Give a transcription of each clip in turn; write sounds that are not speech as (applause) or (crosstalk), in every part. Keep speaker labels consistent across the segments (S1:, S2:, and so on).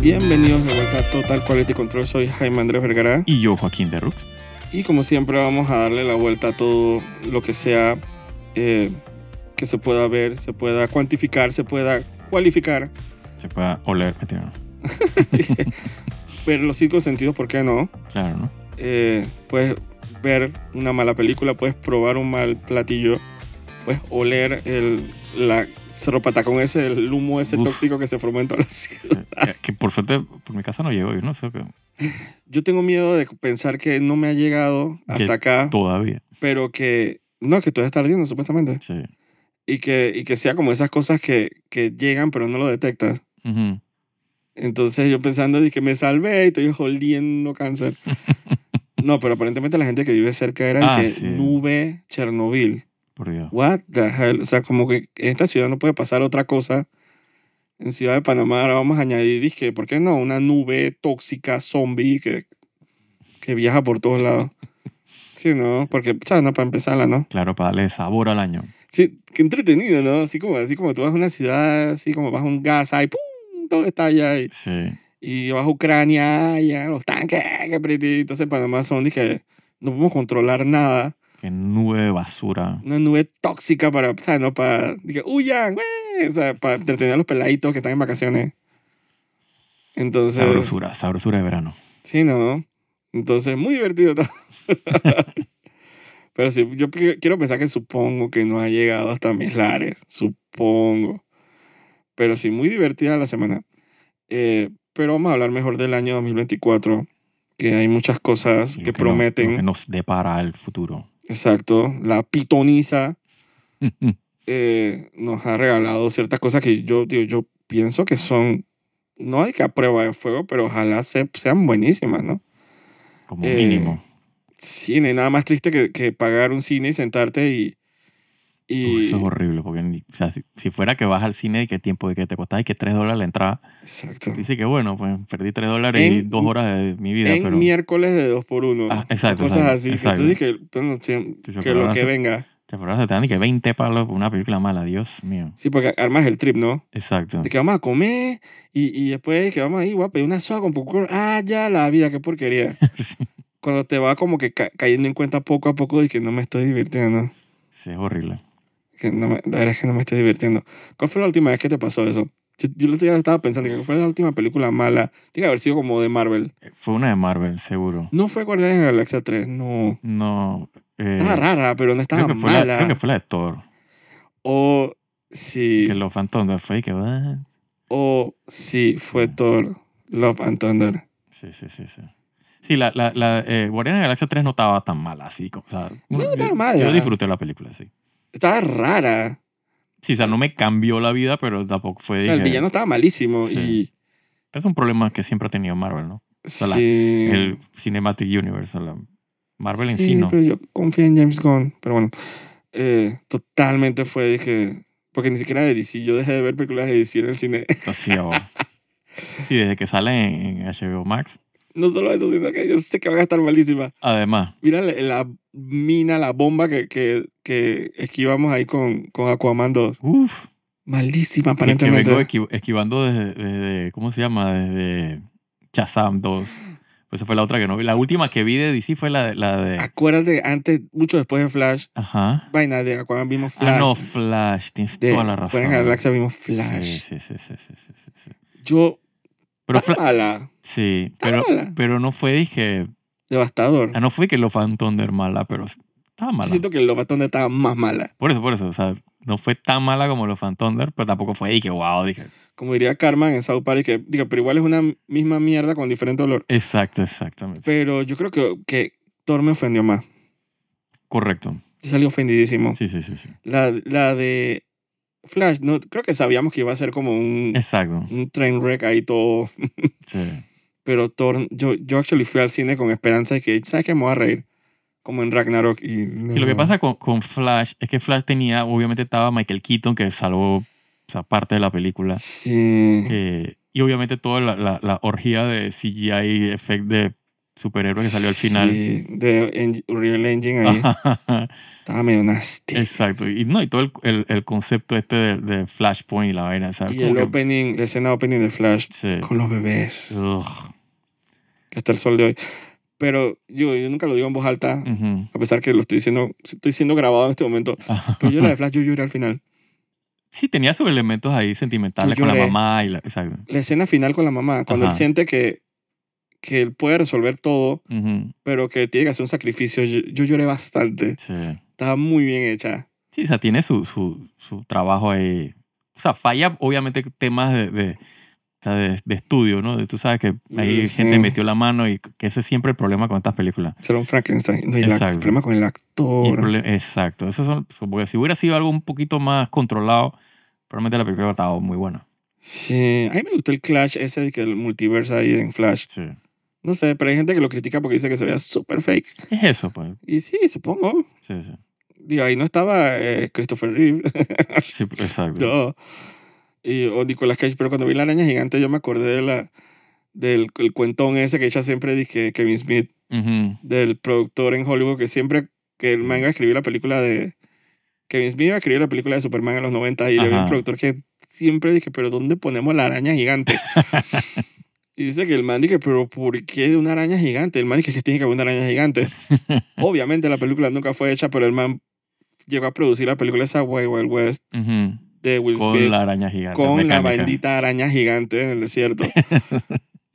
S1: Bienvenidos de vuelta a Total Quality Control. Soy Jaime Andrés Vergara.
S2: Y yo, Joaquín de Rux.
S1: Y como siempre, vamos a darle la vuelta a todo lo que sea eh, que se pueda ver, se pueda cuantificar, se pueda cualificar.
S2: Se pueda oler, mentira, no.
S1: ver los cinco sentidos, ¿por qué no?
S2: Claro, ¿no?
S1: Eh, puedes ver una mala película, puedes probar un mal platillo, puedes oler el, la ropa tacón ese, el humo ese
S2: Uf.
S1: tóxico que se formó en toda la ciudad.
S2: Eh, Que por suerte, por mi casa no llegó, yo no sé, pero
S1: (laughs) Yo tengo miedo de pensar que no me ha llegado
S2: Que
S1: hasta acá,
S2: todavía.
S1: pero que... No, que todavía está ardiendo, supuestamente.
S2: Sí.
S1: Y que, y que sea como esas cosas que, que llegan, pero no lo detectas.
S2: Ujú.
S1: Entonces yo pensando, dije, me salvé y estoy joliendo
S2: (laughs)
S1: cáncer. No, pero aparentemente la gente que vive cerca era
S2: Ah,
S1: de
S2: sí.
S1: nube Chernobyl.
S2: Por Dios.
S1: What the hell? O sea, como que en esta ciudad no puede pasar otra cosa. En Ciudad de Panamá ahora vamos a añadir, dije, ¿por qué no? Una nube tóxica, zombie, que, que viaja por todos lados. Sí, ¿no? Porque, o sea, no, para empezarla, ¿no?
S2: Claro, para darle sabor al año.
S1: Sí, qué entretenido, ¿no? Así como, así como tú vas a una ciudad, así como vas a un Gaza y ¡pum! Todo está allá. Y,
S2: Sí.
S1: y vas a Ucrania, allá los tanques, qué pretty. Entonces Panamá son, dije, no podemos controlar nada.
S2: Qué nube de basura.
S1: Una nube tóxica para, o sea, no para, dije, huyan, güey. O sea, para entretener a los peladitos que están en vacaciones. Entonces,
S2: Sabrosura, sabrosura de verano.
S1: sí, ¿no? Entonces, muy divertido
S2: (laughs)
S1: todo. Pero sí, yo pi- quiero pensar que supongo que no ha llegado hasta mis lares. Supongo. Pero sí, muy divertida la semana. Eh, pero vamos a hablar mejor del año 2024, que hay muchas cosas
S2: Y
S1: que
S2: lo no-
S1: prometen.
S2: lo que nos depara el futuro.
S1: Exacto. La pitoniza eh, nos ha regalado ciertas cosas que yo, digo, yo pienso que son, no hay que a prueba de fuego, pero ojalá se- sean buenísimas, ¿no?
S2: Como
S1: Eh,
S2: mínimo.
S1: Cine, nada más triste que, que pagar un cine y sentarte y...
S2: Uf,
S1: y
S2: eso es horrible, porque ni- o sea, si, si fuera que vas al cine y que tiempo de que te costaba y que 3 dólares la entrada,
S1: exacto.
S2: dice que bueno, pues perdí 3 dólares y
S1: En-
S2: 2 horas de mi vida.
S1: En
S2: pero,
S1: miércoles de 2 por 1
S2: Ah, exacto,
S1: Cosas
S2: exacto,
S1: así.
S2: exacto.
S1: Entonces que, bueno, sí,
S2: Yo
S1: que lo
S2: creo
S1: que
S2: que-
S1: venga.
S2: Te ahora se te dan ni que 20 palos por una película mala, Dios mío.
S1: Sí, porque armas el trip, ¿no?
S2: Exacto.
S1: de que vamos a comer y, y después que vamos ahí, voy a pedir una soda con popcorn. Ah, ya, la vida, qué
S2: (laughs)
S1: porquería.
S2: (laughs) Sí,
S1: Cuando te va como que ca- cayendo en cuenta poco a poco de que no me estoy divirtiendo.
S2: sí, es horrible.
S1: Que no me- la verdad es que no me estoy divirtiendo. ¿Cuál fue la última vez que te pasó eso? Yo, yo el otro día estaba pensando que fue la última película mala. Tiene que haber sido como de Marvel.
S2: Eh, Fue una de Marvel, seguro.
S1: No fue Guardianes de la Galaxia 3, no.
S2: No. eh,
S1: Estaba rara, pero no
S2: creo,
S1: estaba
S2: que fue la,
S1: mala.
S2: creo que fue la de Thor.
S1: O sí,
S2: Que los fantasmas fue y que. "Ah".
S1: o sí, fue Thor, Love and Thunder.
S2: Sí, sí, sí. Sí, sí la, la, la eh, Guardianes de la Galaxia 3 no estaba tan mala así. como- O sea, yo-
S1: estaba
S2: yo,
S1: mala.
S2: disfruté la película, sí.
S1: Estaba rara.
S2: Sí, o sea, no me cambió la vida, pero tampoco fue.
S1: O sea, el
S2: dije,
S1: villano estaba malísimo
S2: Sí.
S1: y...
S2: Es un problema que siempre ha tenido Marvel, ¿no? sea, la-
S1: Sí.
S2: El Cinematic Universe. o la- Marvel en sí,
S1: Sí,
S2: no.
S1: pero yo confío en James Gunn. Pero bueno, eh, totalmente fue, dije... Porque ni siquiera de DC, yo dejé de ver películas de DC en el cine. (laughs)
S2: Así, o- sí, desde que sale en, en HBO Max.
S1: No solo eso, sino que yo sé que van a estar malísimas.
S2: Además,
S1: Mira la, la mina, la bomba que, que, que esquivamos ahí con, con Aquaman 2.
S2: uff.
S1: Malísima,
S2: Que- que vengo
S1: aparentemente.
S2: esqui- esquivando desde, desde- ¿cómo se llama? Desde Shazam 2. Pues esa fue la otra que no vi. La última que vi de DC fue la de... La de
S1: Acuérdate, antes, mucho después de Flash,
S2: ajá.
S1: vaina de Aquaman vimos Ah, Flash.
S2: Ah, no, Flash. Tienes
S1: de
S2: toda la razón.
S1: Guardianes de la Galaxia vimos
S2: Sí,
S1: Flash.
S2: sí, sí, sí, sí, sí, sí, sí.
S1: Yo,
S2: Pero,
S1: está
S2: Fla-
S1: mala,
S2: sí,
S1: está
S2: pero,
S1: mala.
S2: pero no fue, dije...
S1: Devastador.
S2: ah, no fue que lo fan Thunder mala, pero estaba
S1: Yo
S2: mala.
S1: siento que Love and Thunder estaba más mala.
S2: Por eso, por eso. O sea, no fue tan mala como lo fan Thunder, pero tampoco fue, dije, wow, dije...
S1: Como diría Carmen en South Park, que digo, pero igual es una misma mierda con diferente olor.
S2: Exacto, exactamente.
S1: Pero yo creo que, que Thor me ofendió más.
S2: Correcto.
S1: Yo salí ofendidísimo.
S2: Sí, sí, sí, sí.
S1: La, la de Flash, no, creo que sabíamos que iba a ser como un,
S2: Exacto.
S1: un train wreck ahí todo.
S2: Sí.
S1: Pero Thor, yo, yo actually fui al cine con esperanza de que, ¿sabes qué? Me voy a reír. Como en Ragnarok. Y,
S2: Y lo que pasa con, con Flash es que Flash tenía, obviamente estaba Michael Keaton, que salvó esa parte de la película.
S1: Sí.
S2: Eh, y obviamente toda la, la- la orgía de CGI effect de superhéroe que salió al final.
S1: Sí, de en- Unreal Engine ahí. Estaba medio nasty.
S2: (laughs) Exacto. Y no, y todo el, el- el concepto este de, de Flashpoint y la vaina, ¿sabes?
S1: Y
S2: Como
S1: el
S2: que-
S1: opening, la escena opening de Flash
S2: sí.
S1: con los bebés,
S2: Ugh.
S1: que hasta el sol de hoy. Pero yo, yo nunca lo digo en voz alta,
S2: Ujú.
S1: a pesar que lo estoy diciendo, estoy siendo grabado en este
S2: (laughs)
S1: momento. Pero yo la de Flash, yo lloré al final.
S2: Sí, tenía sus elementos ahí sentimentales
S1: Yo
S2: con la
S1: lloré.
S2: mamá y la... Exacto.
S1: La escena final con la mamá, cuando
S2: Ajá.
S1: él siente que, que él puede resolver todo,
S2: Ujú.
S1: pero que tiene que hacer un sacrificio, yo, yo lloré bastante.
S2: Sí.
S1: Estaba muy bien hecha.
S2: Sí, o sea, tiene su, su, su trabajo ahí. O sea, falla obviamente temas de, de, o sea, de, de estudio, ¿no? De- Tú sabes que ahí
S1: Sí.
S2: gente metió la mano y que ese es siempre el problema con estas películas.
S1: Será un Frankenstein. No, y la-
S2: Exacto.
S1: el problema con el
S2: Y el
S1: actor.
S2: prole- Exacto. Eso son, porque si hubiera sido algo un poquito más controlado, probablemente la película hubiera estado muy buena.
S1: Sí, a mí me gustó el clash ese de que el multiverso ahí en Flash.
S2: Sí.
S1: No sé, pero hay gente que lo critica porque dice que se veía súper fake.
S2: Es eso, pues.
S1: Y sí, supongo.
S2: Sí, sí.
S1: Digo, ahí no estaba eh, Christopher Reeve. (laughs)
S2: Sí, pues, exacto.
S1: no. Y, o Nicolas Cage. Pero cuando vi la araña gigante, yo me acordé de la, del el cuentón ese que ella siempre dije, Kevin Smith,
S2: Ujú.
S1: del productor en Hollywood, que siempre que el man iba a escribir la película de. Kevin Smith iba a escribir la película de Superman en los 90 y había
S2: Ajá.
S1: un productor que siempre dije, pero ¿dónde ponemos la araña
S2: (laughs)
S1: gigante? y dice que el man dije, pero ¿por qué una araña gigante? El man dije que tiene que haber una araña
S2: (laughs)
S1: gigante. Obviamente la película nunca fue hecha, pero el man llegó a producir la película esa Wild Wild West
S2: Ujú.
S1: de Will
S2: Con
S1: Smith
S2: la araña gigante.
S1: con la
S2: mecánica.
S1: bendita araña gigante en el
S2: (laughs)
S1: desierto.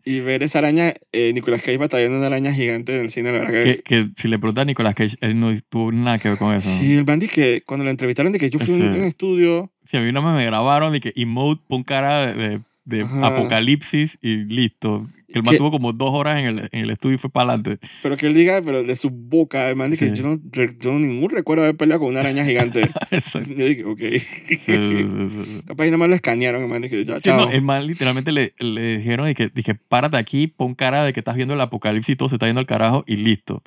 S1: y ver esa araña, eh, Nicolas Cage batallando una araña gigante en el cine, la verdad que...
S2: Que, que si le preguntas a Nicolas Cage, él no tuvo nada que ver con eso. ¿no?
S1: Sí, el man que cuando lo entrevistaron de que yo fui a un,
S2: Sí.
S1: un estudio,
S2: Si a mí nomás me grabaron y que emote, pon cara de, de- de
S1: Ajá.
S2: apocalipsis y listo. Que el man
S1: Que-
S2: tuvo como dos horas en el, en el estudio y fue para adelante.
S1: pero que él diga, pero de su boca, el man
S2: Sí.
S1: que yo no, re- yo ningún recuerdo de haber peleado con una araña
S2: (laughs)
S1: gigante.
S2: (laughs) Eso.
S1: yo dije, ok.
S2: Sí, sí, sí, sí.
S1: Capaz y nada más lo escanearon, el man que ya,
S2: Sí,
S1: Ah, chao.
S2: no, el man literalmente le, le dijeron y que dije, párate aquí, pon cara de que estás viendo el apocalipsis y todo se está yendo al carajo y listo.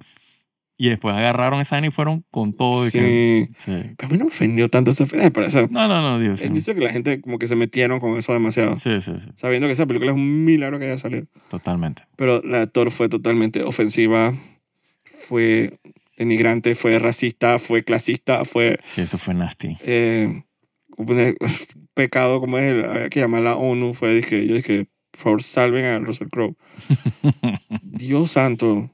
S2: Y después agarraron esa vaina y fueron con todo. y que-
S1: sí.
S2: sí.
S1: Pero a mí no me ofendió tanto ese eh, pero eso-
S2: No, no, no, Dios.
S1: Él
S2: Sí,
S1: dice que la gente como que se metieron con eso demasiado,
S2: sí, sí, sí,
S1: sabiendo que esa película es un milagro que haya salido.
S2: totalmente.
S1: pero la actor fue totalmente ofensiva, fue denigrante, fue racista, fue clasista, fue
S2: Sí, eso fue nasty.
S1: eh, un (laughs) pecado, como es, el- había que llamar la ONU, fue, dije, yo dije, por favor, salven a Russell Crowe. Dios santo.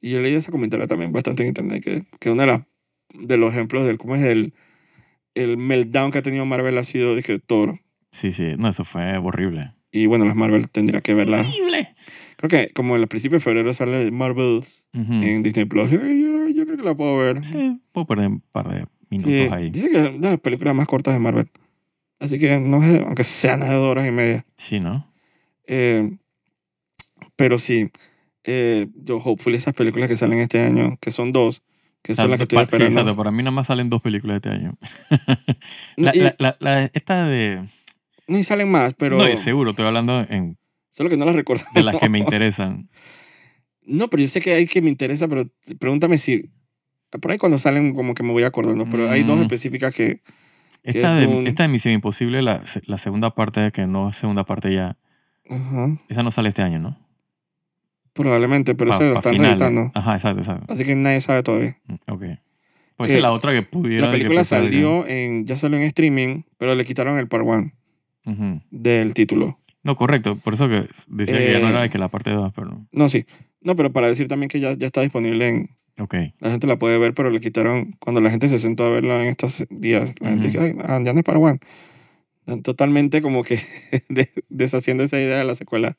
S1: Y yo leí ese comentario también bastante en internet, que, que uno de, las- de los ejemplos del cómo es el, el meltdown que ha tenido Marvel ha sido, dije, Thor.
S2: Sí, sí, no, eso fue horrible.
S1: Y bueno, las Marvel tendría que verlas.
S2: Horrible.
S1: Creo que como en los principios de febrero sale Marvels
S2: Ujú.
S1: en Disney Plus. Yo, yo- yo creo que la puedo ver. Sí,
S2: Mm. Sí, puedo perder un par de minutos ahí.
S1: dice que es una de las películas más cortas de Marvel. Así que no sé, aunque sean de dos horas y media.
S2: Sí, ¿no?
S1: Eh, pero sí, eh, yo hopefully esas películas que salen este año, que son dos, que son
S2: O sea,
S1: las que estoy
S2: pa- sí,
S1: esperando.
S2: exacto, para mí nada más salen dos películas este año. La,
S1: y,
S2: la- la- la- esta de...
S1: y salen más, pero
S2: No, y seguro, estoy hablando en-
S1: solo que no las recuerdo.
S2: de las
S1: (laughs)
S2: que me interesan.
S1: No, pero yo sé que hay que me interesa, pero pregúntame si... Por ahí cuando salen como que me voy acordando, pero hay dos
S2: Mm.
S1: específicas que...
S2: Esta
S1: es
S2: de,
S1: Dune.
S2: esta de Misión Imposible, la, la segunda parte, que no es segunda parte ya,
S1: Ajá,
S2: esa no sale este año, ¿no?
S1: probablemente, pero
S2: Pa-
S1: se lo
S2: pa
S1: están
S2: finales.
S1: reeditando.
S2: Ajá, exacto, exacto.
S1: Así que nadie sabe todavía.
S2: Mm, Ok. Pues
S1: Eh,
S2: esa es la otra que pudiera...
S1: La
S2: de que
S1: película
S2: pensar que-
S1: salió en, ya salió en streaming, pero le quitaron el part one
S2: Ujú.
S1: del título.
S2: No, correcto. Por eso que decía que ya no
S1: Eh,
S2: era de que la parte 2, pero...
S1: No, sí. No, pero para decir también que ya, ya está disponible en...
S2: Ok.
S1: La gente la puede ver, pero le quitaron... Cuando la gente se sentó a verla en estos días, la gente
S2: Ujú.
S1: dice, ay, ah, ya no es part one. Totalmente como que (laughs) de- deshaciendo esa idea de la secuela.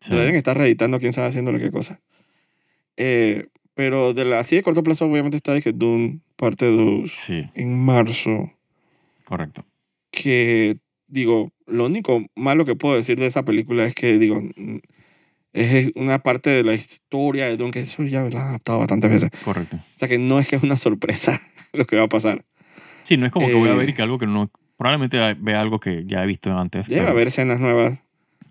S2: sí.
S1: Se la deben estar reeditando, quién sabe haciendo lo que cosa. Eh, pero de la, así de corto plazo obviamente está de que Dune parte 2
S2: Sí,
S1: en marzo.
S2: correcto.
S1: que digo, lo único malo que puedo decir de esa película es que digo, mm, es una parte de la historia de Don que eso ya la han adaptado bastantes veces.
S2: Correcto.
S1: O sea que no es que es una (laughs) sorpresa lo que va a pasar.
S2: Sí, no es como que voy a
S1: Eh,
S2: ver y que algo que no. Probablemente vea algo que ya he visto antes.
S1: Debe
S2: pero-
S1: haber escenas nuevas,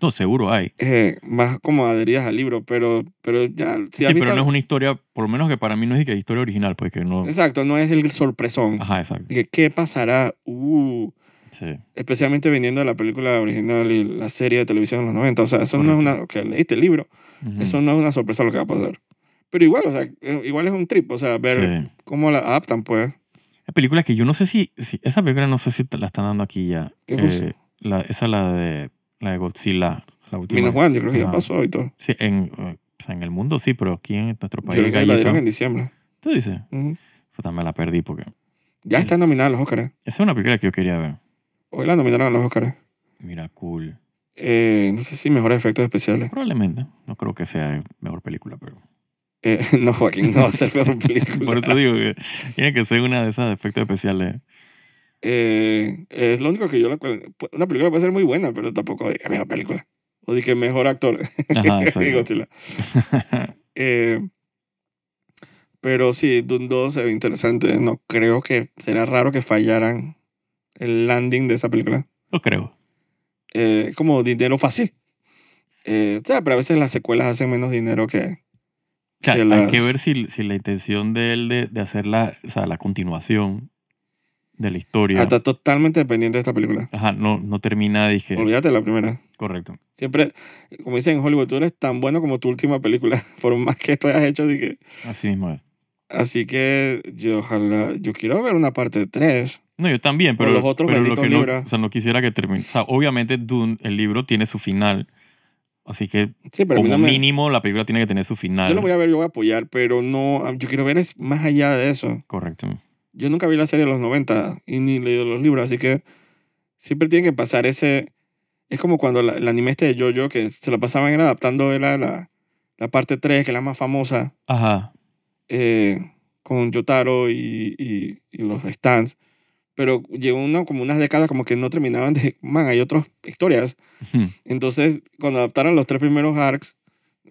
S2: No, seguro hay.
S1: eh, más como adheridas al libro, pero, pero ya, si
S2: Sí,
S1: has
S2: pero
S1: visto-
S2: no es una historia, por lo menos que para mí no es de que historia original, pues que no.
S1: Exacto, no es el sorpresón.
S2: Ajá, exacto.
S1: De que, ¿Qué pasará? Uh,
S2: Sí.
S1: Especialmente viniendo de la película original y la serie de televisión de los 90. O sea, eso no es una... Que leíste el libro.
S2: Ujú.
S1: Eso no es una sorpresa lo que va a pasar. Pero igual, o sea, eh, igual es un trip. O sea, ver
S2: Sí.
S1: cómo la adaptan, pues.
S2: Hay películas que yo no sé si, si- Esa película no sé si te la están dando aquí ya.
S1: ¿Qué
S2: Eh,
S1: cosa?
S2: la, esa la de, la de Godzilla. La última.
S1: Mina Juan, yo creo que ya
S2: Ajá.
S1: pasó y todo.
S2: Sí, en, eh, o sea, en el mundo sí, pero aquí en nuestro
S1: Yo
S2: país.
S1: creo que la dieron
S2: galleta.
S1: en diciembre.
S2: Tú dices.
S1: Ujú.
S2: Puta, me la perdí porque.
S1: Ya está nominada a los Óscares.
S2: Esa es una película que yo quería ver.
S1: Hoy la nominaron a los Óscares.
S2: Mira, cool.
S1: Eh, no sé si mejores efectos especiales.
S2: Probablemente. No creo que sea mejor película, pero.
S1: Eh, (laughs) no, Joaquín, no va a ser peor película.
S2: Por eso digo que tiene que ser una de esas de efectos especiales.
S1: (laughs) Eh, es lo único que yo... La, cual- una película puede ser muy buena, pero tampoco diga mejor película. O diga mejor actor. (laughs)
S2: Ajá, exacto.
S1: Godzilla. Eh, pero sí, Dune 2 se ve interesante. No creo que... Será raro que fallaran el landing de esa película.
S2: No creo.
S1: eh, como dinero fácil. Eh, o sea, pero a veces las secuelas hacen menos dinero que...
S2: O sea,
S1: que
S2: hay
S1: las-
S2: que ver si, si la intención de él de, de hacer la, o sea, la continuación de la historia.
S1: Ah, Está totalmente dependiente de esta película.
S2: Ajá, no, no termina, dije.
S1: Olvídate de la primera.
S2: Correcto.
S1: Siempre, como dicen en Hollywood, tú eres tan bueno como tu última película, (laughs) por más que tú hayas hecho. Así que,
S2: Así mismo es.
S1: así que yo ojalá, yo quiero ver una parte 3.
S2: No, yo también,
S1: Por
S2: pero,
S1: los otros
S2: pero lo
S1: benditos
S2: que no,
S1: libros.
S2: o sea, no quisiera que termine. O sea, obviamente Dune, el libro tiene su final. Así que
S1: Sí, pero a mí
S2: como
S1: no me-
S2: mínimo la película tiene que tener su final.
S1: yo lo voy a ver, yo voy a apoyar, pero no, ah, yo quiero ver es más allá de eso.
S2: Correcto.
S1: Yo nunca vi la serie de los 90 y ni leído los libros, así que siempre tiene que pasar ese... Es como cuando la- el anime este de Jojo, que se lo pasaban era adaptando era la, la parte 3, que es la más famosa.
S2: Ajá. (laughs)
S1: eh, con Yotaro y, y- y los stands. Pero llegó una, como unas décadas como que no terminaban de... Man, hay otras historias. Entonces, cuando adaptaron los tres primeros arcs,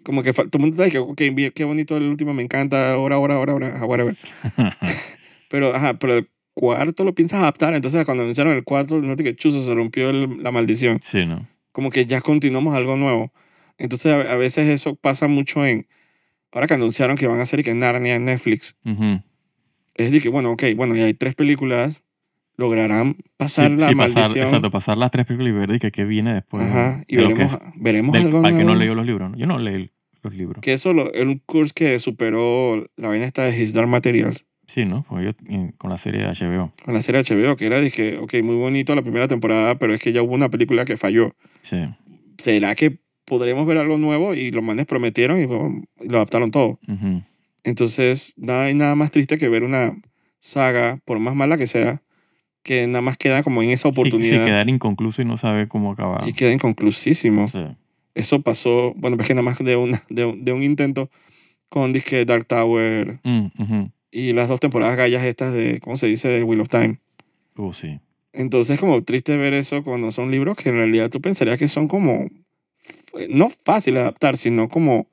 S1: como que fal- todo el mundo está que, ok, bien, qué bonito el último, me encanta, ahora, ahora, ahora, ahora, ajá, whatever.
S2: (laughs)
S1: Pero, ajá, pero el cuarto lo piensas adaptar. Entonces, cuando anunciaron el cuarto, no te que chuzo, se rompió el- la maldición.
S2: sí, ¿no?
S1: Como que ya continuamos algo nuevo. Entonces, a, a veces eso pasa mucho en... Ahora que anunciaron que van a hacer y que Narnia en Netflix,
S2: Ujú.
S1: es de que, bueno, ok, bueno, y hay tres películas, lograrán pasar
S2: Sí,
S1: la
S2: sí, pasar,
S1: maldición.
S2: exacto, pasar las tres películas y ver de que qué viene después.
S1: Ajá,
S2: ¿no?
S1: y
S2: De lo que
S1: veremos,
S2: es.
S1: veremos
S2: Del-
S1: algo
S2: para el que no
S1: nuevo.
S2: leyó los libros. ¿no? Yo no leí los libros.
S1: Que eso lo- el curso que superó la vaina esta de His Dark Materials
S2: Sí, ¿no? Porque yo en- con la serie de HBO.
S1: con la serie HBO, que era, dije, ok, muy bonito la primera temporada, pero es que ya hubo una película que falló.
S2: Sí.
S1: ¿Será que podremos ver algo nuevo? Y los manes prometieron y bueno, lo adaptaron todo.
S2: Ujú.
S1: Entonces, nada, hay nada más triste que ver una saga, por más mala que sea, que nada más queda como en esa
S2: Sí, sí,
S1: oportunidad
S2: quedar inconcluso y no saber cómo acabar.
S1: y queda inconclusísimo.
S2: Sí.
S1: Eso pasó, bueno, pero es que nada más de, una, de, un, de un intento con disque Dark Tower
S2: Mm, ujú.
S1: y las dos temporadas gallas estas de, ¿cómo se dice?, de Wheel of Time.
S2: Uh, sí.
S1: Entonces, como triste ver eso cuando son libros que en realidad tú pensarías que son como, eh, no fácil de adaptar, sino como,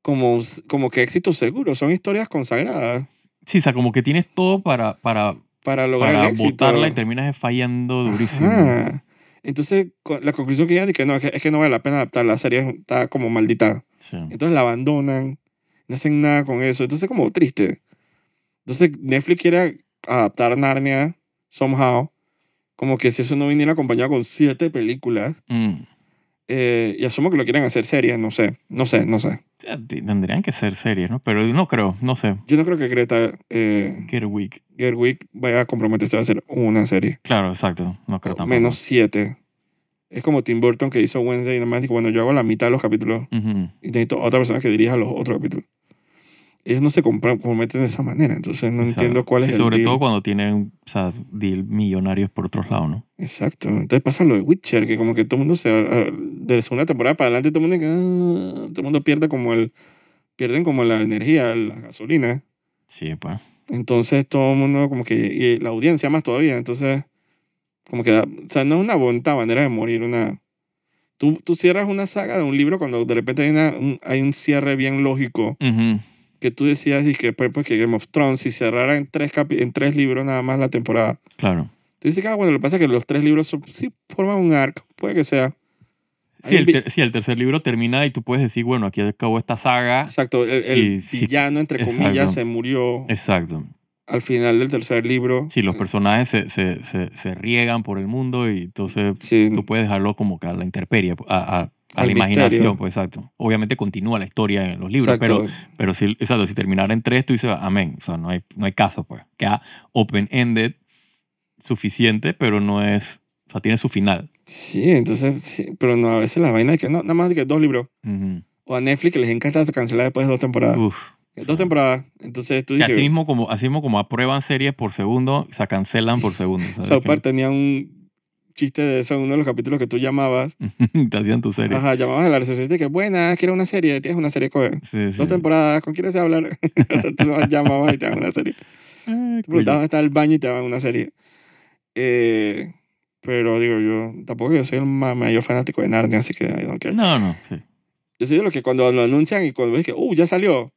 S1: como, como que éxito seguro. Son historias consagradas
S2: Sí, o sea, como que tienes todo para, para,
S1: para lograr
S2: para
S1: el éxito.
S2: botarla y terminas fallando durísimo.
S1: Ajá. Entonces, cu- la conclusión que llegan es que no, es que, es que no vale la pena adaptar. La serie está como malditada.
S2: Sí.
S1: Entonces la abandonan, no hacen nada con eso. Entonces como triste. Entonces Netflix quiere adaptar Narnia somehow. Como que si eso no viniera acompañado con siete películas.
S2: Mm.
S1: eh, y asumo que lo quieren hacer series, no sé. No sé, no sé.
S2: O sea, t- tendrían que ser series, ¿no? Pero no creo, no sé.
S1: Yo no creo que Greta eh,
S2: Get a Week.
S1: Gerwig vaya a comprometerse a hacer una serie.
S2: Claro, exacto. No creo
S1: o
S2: tampoco.
S1: menos siete. Es como Tim Burton que hizo Wednesday Night Magic. Bueno, yo hago la mitad de los capítulos
S2: Ujú.
S1: y necesito otra persona que dirija los otros capítulos. Ellos no se compra- comprometen de esa manera. Entonces no
S2: Exacto.
S1: entiendo cuál
S2: Sí,
S1: es el
S2: sobre
S1: deal.
S2: todo cuando tienen, o sea, deal millonarios por otros lados, ¿no?
S1: Exacto. Entonces pasa lo de Witcher, que como que todo el mundo se... ah, De la segunda temporada para adelante todo el mundo... que, ah, todo el mundo pierde como el... Pierden como la energía, la gasolina.
S2: Sí, pues.
S1: Entonces todo el mundo como que... Y la audiencia más todavía. Entonces como que... da- o sea, no es una bonita manera de morir una... Tú, tú cierras una saga de un libro cuando de repente hay, una, un, hay un cierre bien lógico
S2: Ujú.
S1: que tú decías y que, por ejemplo, que Game of Thrones, si cerrara en tres, capi- en tres libros nada más la temporada,
S2: Claro.
S1: Tú dices que, ah, bueno, lo que pasa es que los tres libros son- sí forman un arco, puede que sea.
S2: Sí
S1: Hay un
S2: el,
S1: vi-
S2: ter- sí, el tercer libro termina y tú puedes decir, bueno, aquí acabó esta saga.
S1: Exacto, el, el
S2: Y sí,
S1: villano, entre comillas,
S2: exacto.
S1: se murió.
S2: Exacto.
S1: al final del tercer libro.
S2: Sí, los personajes se, se, se, se riegan por el mundo y entonces
S1: Sí,
S2: tú puedes dejarlo como que a la intemperie, a, a- a
S1: Al
S2: la
S1: misterio.
S2: imaginación, pues exacto. Obviamente continúa la historia en los libros, pero,
S1: exacto.
S2: pero si, exacto, si terminara en tres, tú dices, amén. O sea, no hay, no hay caso, pues. Queda open-ended, suficiente, pero no es. O sea, tiene su final.
S1: Sí, entonces, sí, pero no, a veces la vaina es que no, nada más de que dos libros.
S2: Ujú.
S1: O a Netflix les encanta cancelar después de dos temporadas.
S2: Uf.
S1: dos temporadas. Entonces tú
S2: Que así
S1: dices,
S2: mismo, como, así mismo como aprueban series por segundo, se cancelan por segundo.
S1: (laughs)
S2: ¿sabes?
S1: South Park tenía un chiste de eso en uno de los capítulos que tú llamabas.
S2: (laughs) te hacían tu serie.
S1: Ajá, llamabas a la recepción y te que buena, quiero una serie, tienes una serie, coge.
S2: Sí, sí.
S1: Dos temporadas, ¿con quién se hablar? (laughs) o sea, tú llamabas y te daban una serie. Te
S2: Ay, coño.
S1: preguntabas hasta el baño y te daban una serie. Eh, pero digo yo, tampoco yo soy el ma- mayor fanático de Narnia, así que I don't care.
S2: No, no. Sí.
S1: Yo soy de los que cuando lo anuncian y cuando ves que, uh, ya salió,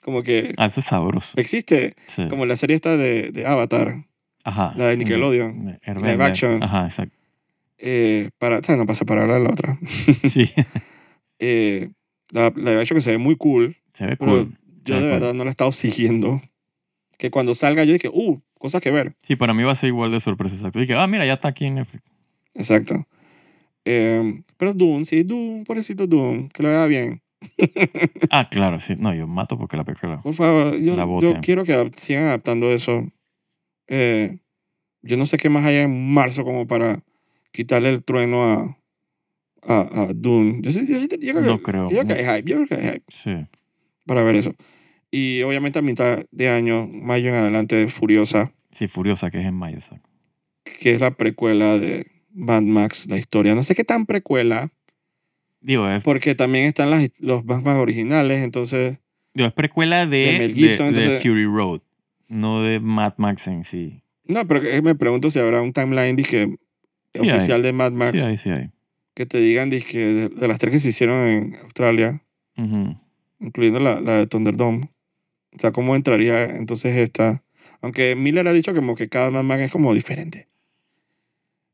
S1: como que
S2: Ah, eso es sabroso.
S1: existe,
S2: Sí. Ah,
S1: como la serie esta de, de Avatar,
S2: Ajá.
S1: la de Nickelodeon.
S2: Mm, Herbert,
S1: Live action.
S2: Ajá, exacto. (laughs)
S1: Eh, para, o sea, no pasa para hablar la otra.
S2: Sí,
S1: Eh, la, la de hecho que se ve muy cool,
S2: se ve
S1: pero
S2: cool.
S1: yo
S2: Tal
S1: de
S2: cual.
S1: verdad no la he estado siguiendo. Que cuando salga yo dije, uh, cosas que ver.
S2: Sí, para mí va a ser igual de sorpresa, exacto. Dije, ah, mira, ya está aquí en Netflix.
S1: Exacto. Eh, pero Doom, sí, Doom, pobrecito Doom, que lo haga bien.
S2: Ah, claro, sí. No, yo mato porque la película.
S1: Por favor, yo,
S2: La
S1: yo
S2: boten.
S1: quiero que adap- sigan adaptando eso. Eh, yo no sé qué más hay en marzo como para quitarle el trueno a, a, a Doom. Yo, sí- yo sí- yo creo,
S2: No
S1: que-
S2: creo.
S1: yo creo que hay hype, yo creo que hay hype
S2: Sí.
S1: para ver eso. Y obviamente a mitad de año, mayo en adelante, Furiosa,
S2: Sí, Furiosa, que es en mayo, exacto.
S1: que es la precuela de Mad Max, la historia. No sé qué tan precuela,
S2: Digo, es,
S1: porque también están las, los Mad Max originales, entonces...
S2: digo, es precuela de,
S1: De Mel Gibson,
S2: de- de
S1: entonces-
S2: Fury Road, no de Mad Max en sí.
S1: No, pero que- eh, me pregunto si habrá un timeline dizque,
S2: Sí hay.
S1: oficial de Mad Max
S2: Sí, ahí, sí, ahí.
S1: que te digan dizque, de, de las tres que se hicieron en Australia,
S2: Ujú.
S1: incluyendo la, la de Thunderdome. O sea, ¿cómo entraría entonces esta? Aunque Miller ha dicho como que cada Mad Max es como diferente.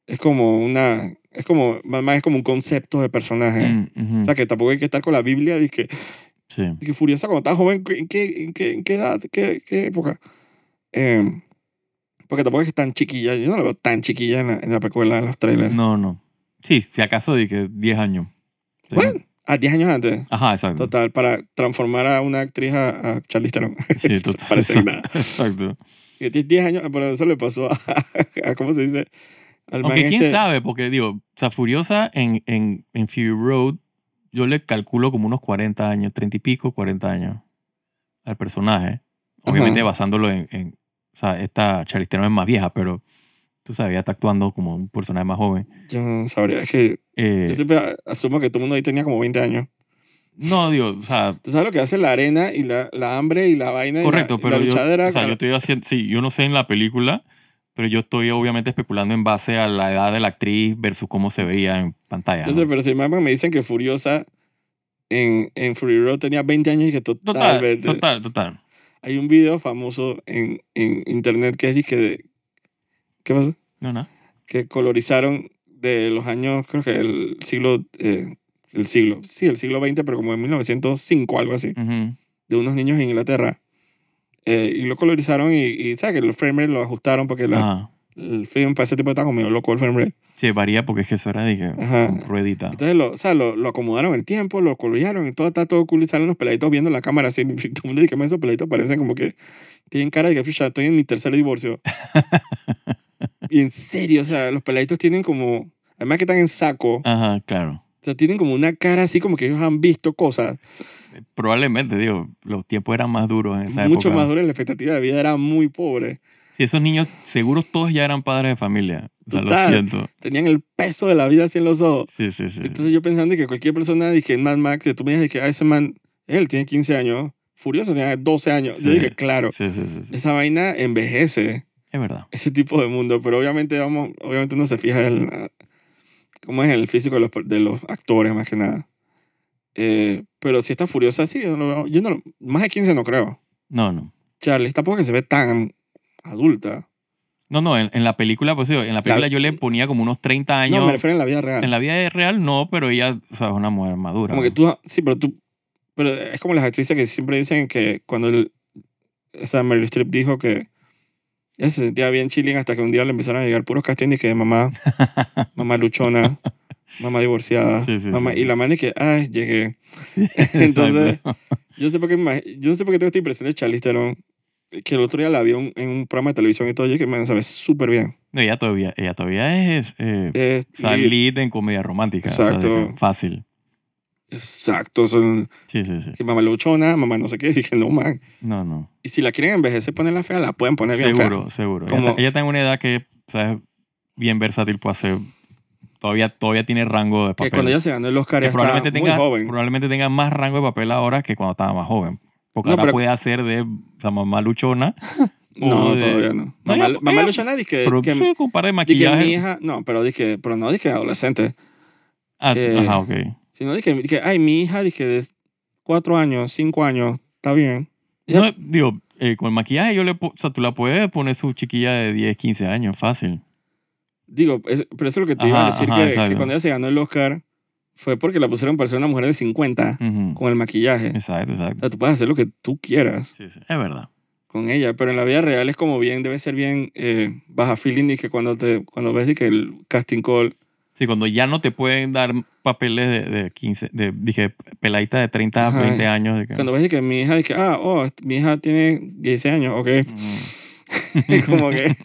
S1: Es como una... Es como... Mad Max es como un concepto de personaje.
S2: Mm, ujú.
S1: O sea, que tampoco hay que estar con la Biblia dizque,
S2: Sí.
S1: que Furiosa cuando estaba joven, ¿en qué, en qué, en qué edad? ¿Qué, qué época? Eh, porque tampoco es que es tan chiquilla. Yo no la veo tan chiquilla en la, en la precuela, en los trailers.
S2: No, no. Sí, si acaso dije 10 años. Sí.
S1: Bueno. A 10 años antes.
S2: Ajá, exacto.
S1: Total, para transformar a una actriz a, a Charlize Theron. (laughs)
S2: Sí,
S1: Eso
S2: total.
S1: Parece que nada.
S2: Exacto.
S1: Y die- 10 años, pero eso le pasó a, (laughs) a- ¿cómo se dice? Al man
S2: Aunque quién
S1: este-
S2: sabe, porque digo, o sea, Furiosa en, en, en Fury Road, yo le calculo como unos 40 años, 30 y pico, 40 años al personaje. Obviamente
S1: Ajá.
S2: basándolo en, en- O sea, esta Charlize Theron es más vieja, pero tú sabes, ella está actuando como un personaje más joven.
S1: Yo no sabría, es que
S2: Eh,
S1: yo siempre a- asumo que todo el mundo ahí tenía como 20 años.
S2: no, digo, o sea,
S1: Tú sabes lo que hace la arena y la, la hambre y la vaina y la-
S2: correcto,
S1: y la,
S2: pero yo,
S1: luchadera.
S2: o sea, yo estoy haciendo... Sí, yo no sé en la película, pero yo estoy obviamente especulando en base a la edad de la actriz versus cómo se veía en pantalla.
S1: Entonces,
S2: ¿no?
S1: pero si más me dicen que Furiosa en, en Fury Road tenía 20 años y que
S2: Total,
S1: totalmente...
S2: total, total.
S1: Hay un video famoso en, en internet que es de que... de- ¿Qué pasa?
S2: No, no.
S1: Que colorizaron de los años, creo que el siglo... eh, el siglo, sí, el siglo XX, pero como en 1905, algo así,
S2: Ujú.
S1: de unos niños en Inglaterra. Eh, y lo colorizaron y, y ¿sabes? Que los frame rate lo ajustaron porque la-
S2: Ajá.
S1: el film para ese tipo estaba como medio loco el frame rate.
S2: Sí, varía porque es que eso era, dije,
S1: Ajá.
S2: con ruedita.
S1: Entonces, lo, o sea, lo, lo acomodaron el tiempo, lo colorearon y todo está todo cool y salen los peladitos viendo la cámara así. (laughs) Y todo el mundo dice que "Man, esos peladitos parecen como que tienen cara de que "Pucha, estoy en mi tercer
S2: (laughs)
S1: divorcio. y en serio, o sea, los peladitos tienen como, además que están en saco, o
S2: Ajá, claro.
S1: sea, tienen como una cara así como que ellos han visto cosas.
S2: Probablemente, digo, los tiempos eran más duros en esa
S1: Mucho
S2: época.
S1: más dura, la expectativa de vida era muy pobre.
S2: Sí, esos niños, seguros todos ya eran padres de familia. O sea, lo
S1: Total.
S2: siento.
S1: Tenían el peso de la vida así en los ojos.
S2: Sí, sí, sí.
S1: Entonces yo pensando que cualquier persona, dije, Mad Max, que tú me dices que "Ah, ese man, él tiene 15 años, Furioso tenía 12 años. Yo
S2: Sí.
S1: dije, claro.
S2: Sí, sí, sí, sí.
S1: esa vaina envejece
S2: Es verdad.
S1: ese tipo de mundo, pero obviamente vamos, obviamente no se fija en la- cómo es el físico de los, de los actores más que nada. Eh, pero si está furiosa, sí, yo no, lo- yo no lo- más de 15 no creo.
S2: No, no.
S1: Charlie, tampoco que se ve tan adulta.
S2: No, no, en, en la película, pues digo, en la película
S1: La-
S2: yo le ponía como unos 30 años.
S1: No, me refiero en la vida real.
S2: en la vida real no, pero ella, o sea, es una mujer madura.
S1: Como que
S2: ¿no?
S1: tú, sí, pero tú, pero es como las actrices que siempre dicen que cuando el, o sea, Meryl Streep dijo que Ella se sentía bien chilling hasta que un día le empezaron a llegar puros castings que de
S2: (laughs)
S1: mamá, mamá luchona, mamá divorciada.
S2: Sí, sí,
S1: mamá,
S2: sí.
S1: Y la madre que, ay, llegué. (laughs) Entonces,
S2: (laughs) Exacto.
S1: yo no sé por qué, me imag- yo no sé por qué tengo esta impresión de Charlize Theron, que el otro día la vi en- en un programa de televisión y todo, y que me sabe súper bien.
S2: No, ella todavía, ella todavía es, eh,
S1: Es
S2: o sea,
S1: lit.
S2: lead en comedia romántica. o sea, de que
S1: Exacto.
S2: fácil.
S1: Exacto, son
S2: Sí, sí, sí.
S1: que mamá luchona, mamá no sé qué, (laughs) dije, no, man.
S2: No, no.
S1: Y si la quieren envejecer, ponerla fea, la pueden poner bien fea.
S2: Seguro, seguro. Ella,
S1: Como-
S2: está- ella está en una edad que, ¿sabes? Bien versátil, puede hacer. Todavía, todavía tiene rango de
S1: Que
S2: papel.
S1: cuando ella se ganó el Oscar,
S2: Que
S1: ya estaba muy
S2: probablemente, tenga,
S1: joven.
S2: probablemente tenga más rango de papel ahora que cuando estaba más joven. Porque
S1: No,
S2: ahora
S1: pero-
S2: puede hacer de o sea, mamá luchona.
S1: No,
S2: de-
S1: todavía no.
S2: No,
S1: Mamá,
S2: ya-
S1: mamá
S2: ya-
S1: luchona, dije
S2: Pero
S1: Eh, que,
S2: sí, con un par de
S1: dije,
S2: maquillaje.
S1: mi hija, no, pero dije, pero no dije adolescente,
S2: Ah,
S1: eh,
S2: ajá, ok.
S1: sino dije, dije, ay, mi hija, dije, de cuatro años, cinco años, está bien. ya-
S2: No, digo, eh, con el maquillaje yo le po- o sea, tú la puedes poner su chiquilla de 10, 15 años, fácil.
S1: Digo, es- pero eso es lo que te
S2: Ajá,
S1: iba a decir,
S2: ajá,
S1: que- que,
S2: exacto.
S1: cuando ella se ganó el Oscar fue porque la pusieron para ser una mujer de 50
S2: Ujú.
S1: con el maquillaje.
S2: Exacto,
S1: O
S2: exacto.
S1: sea, tú puedes hacer lo que tú quieras.
S2: Sí, sí. Es verdad.
S1: con ella, pero en la vida real es como bien, debe ser bien eh, baja feeling y que cuando, te, cuando ves y que el casting call,
S2: Sí, cuando ya no te pueden dar papeles de, de 15, de, dije, peladita de 30 a
S1: Ajá.
S2: 20 años. De que-
S1: cuando ves y que mi hija dice, ah, oh, est- mi hija tiene 16 años, ok, (laughs)
S2: Mm.
S1: como que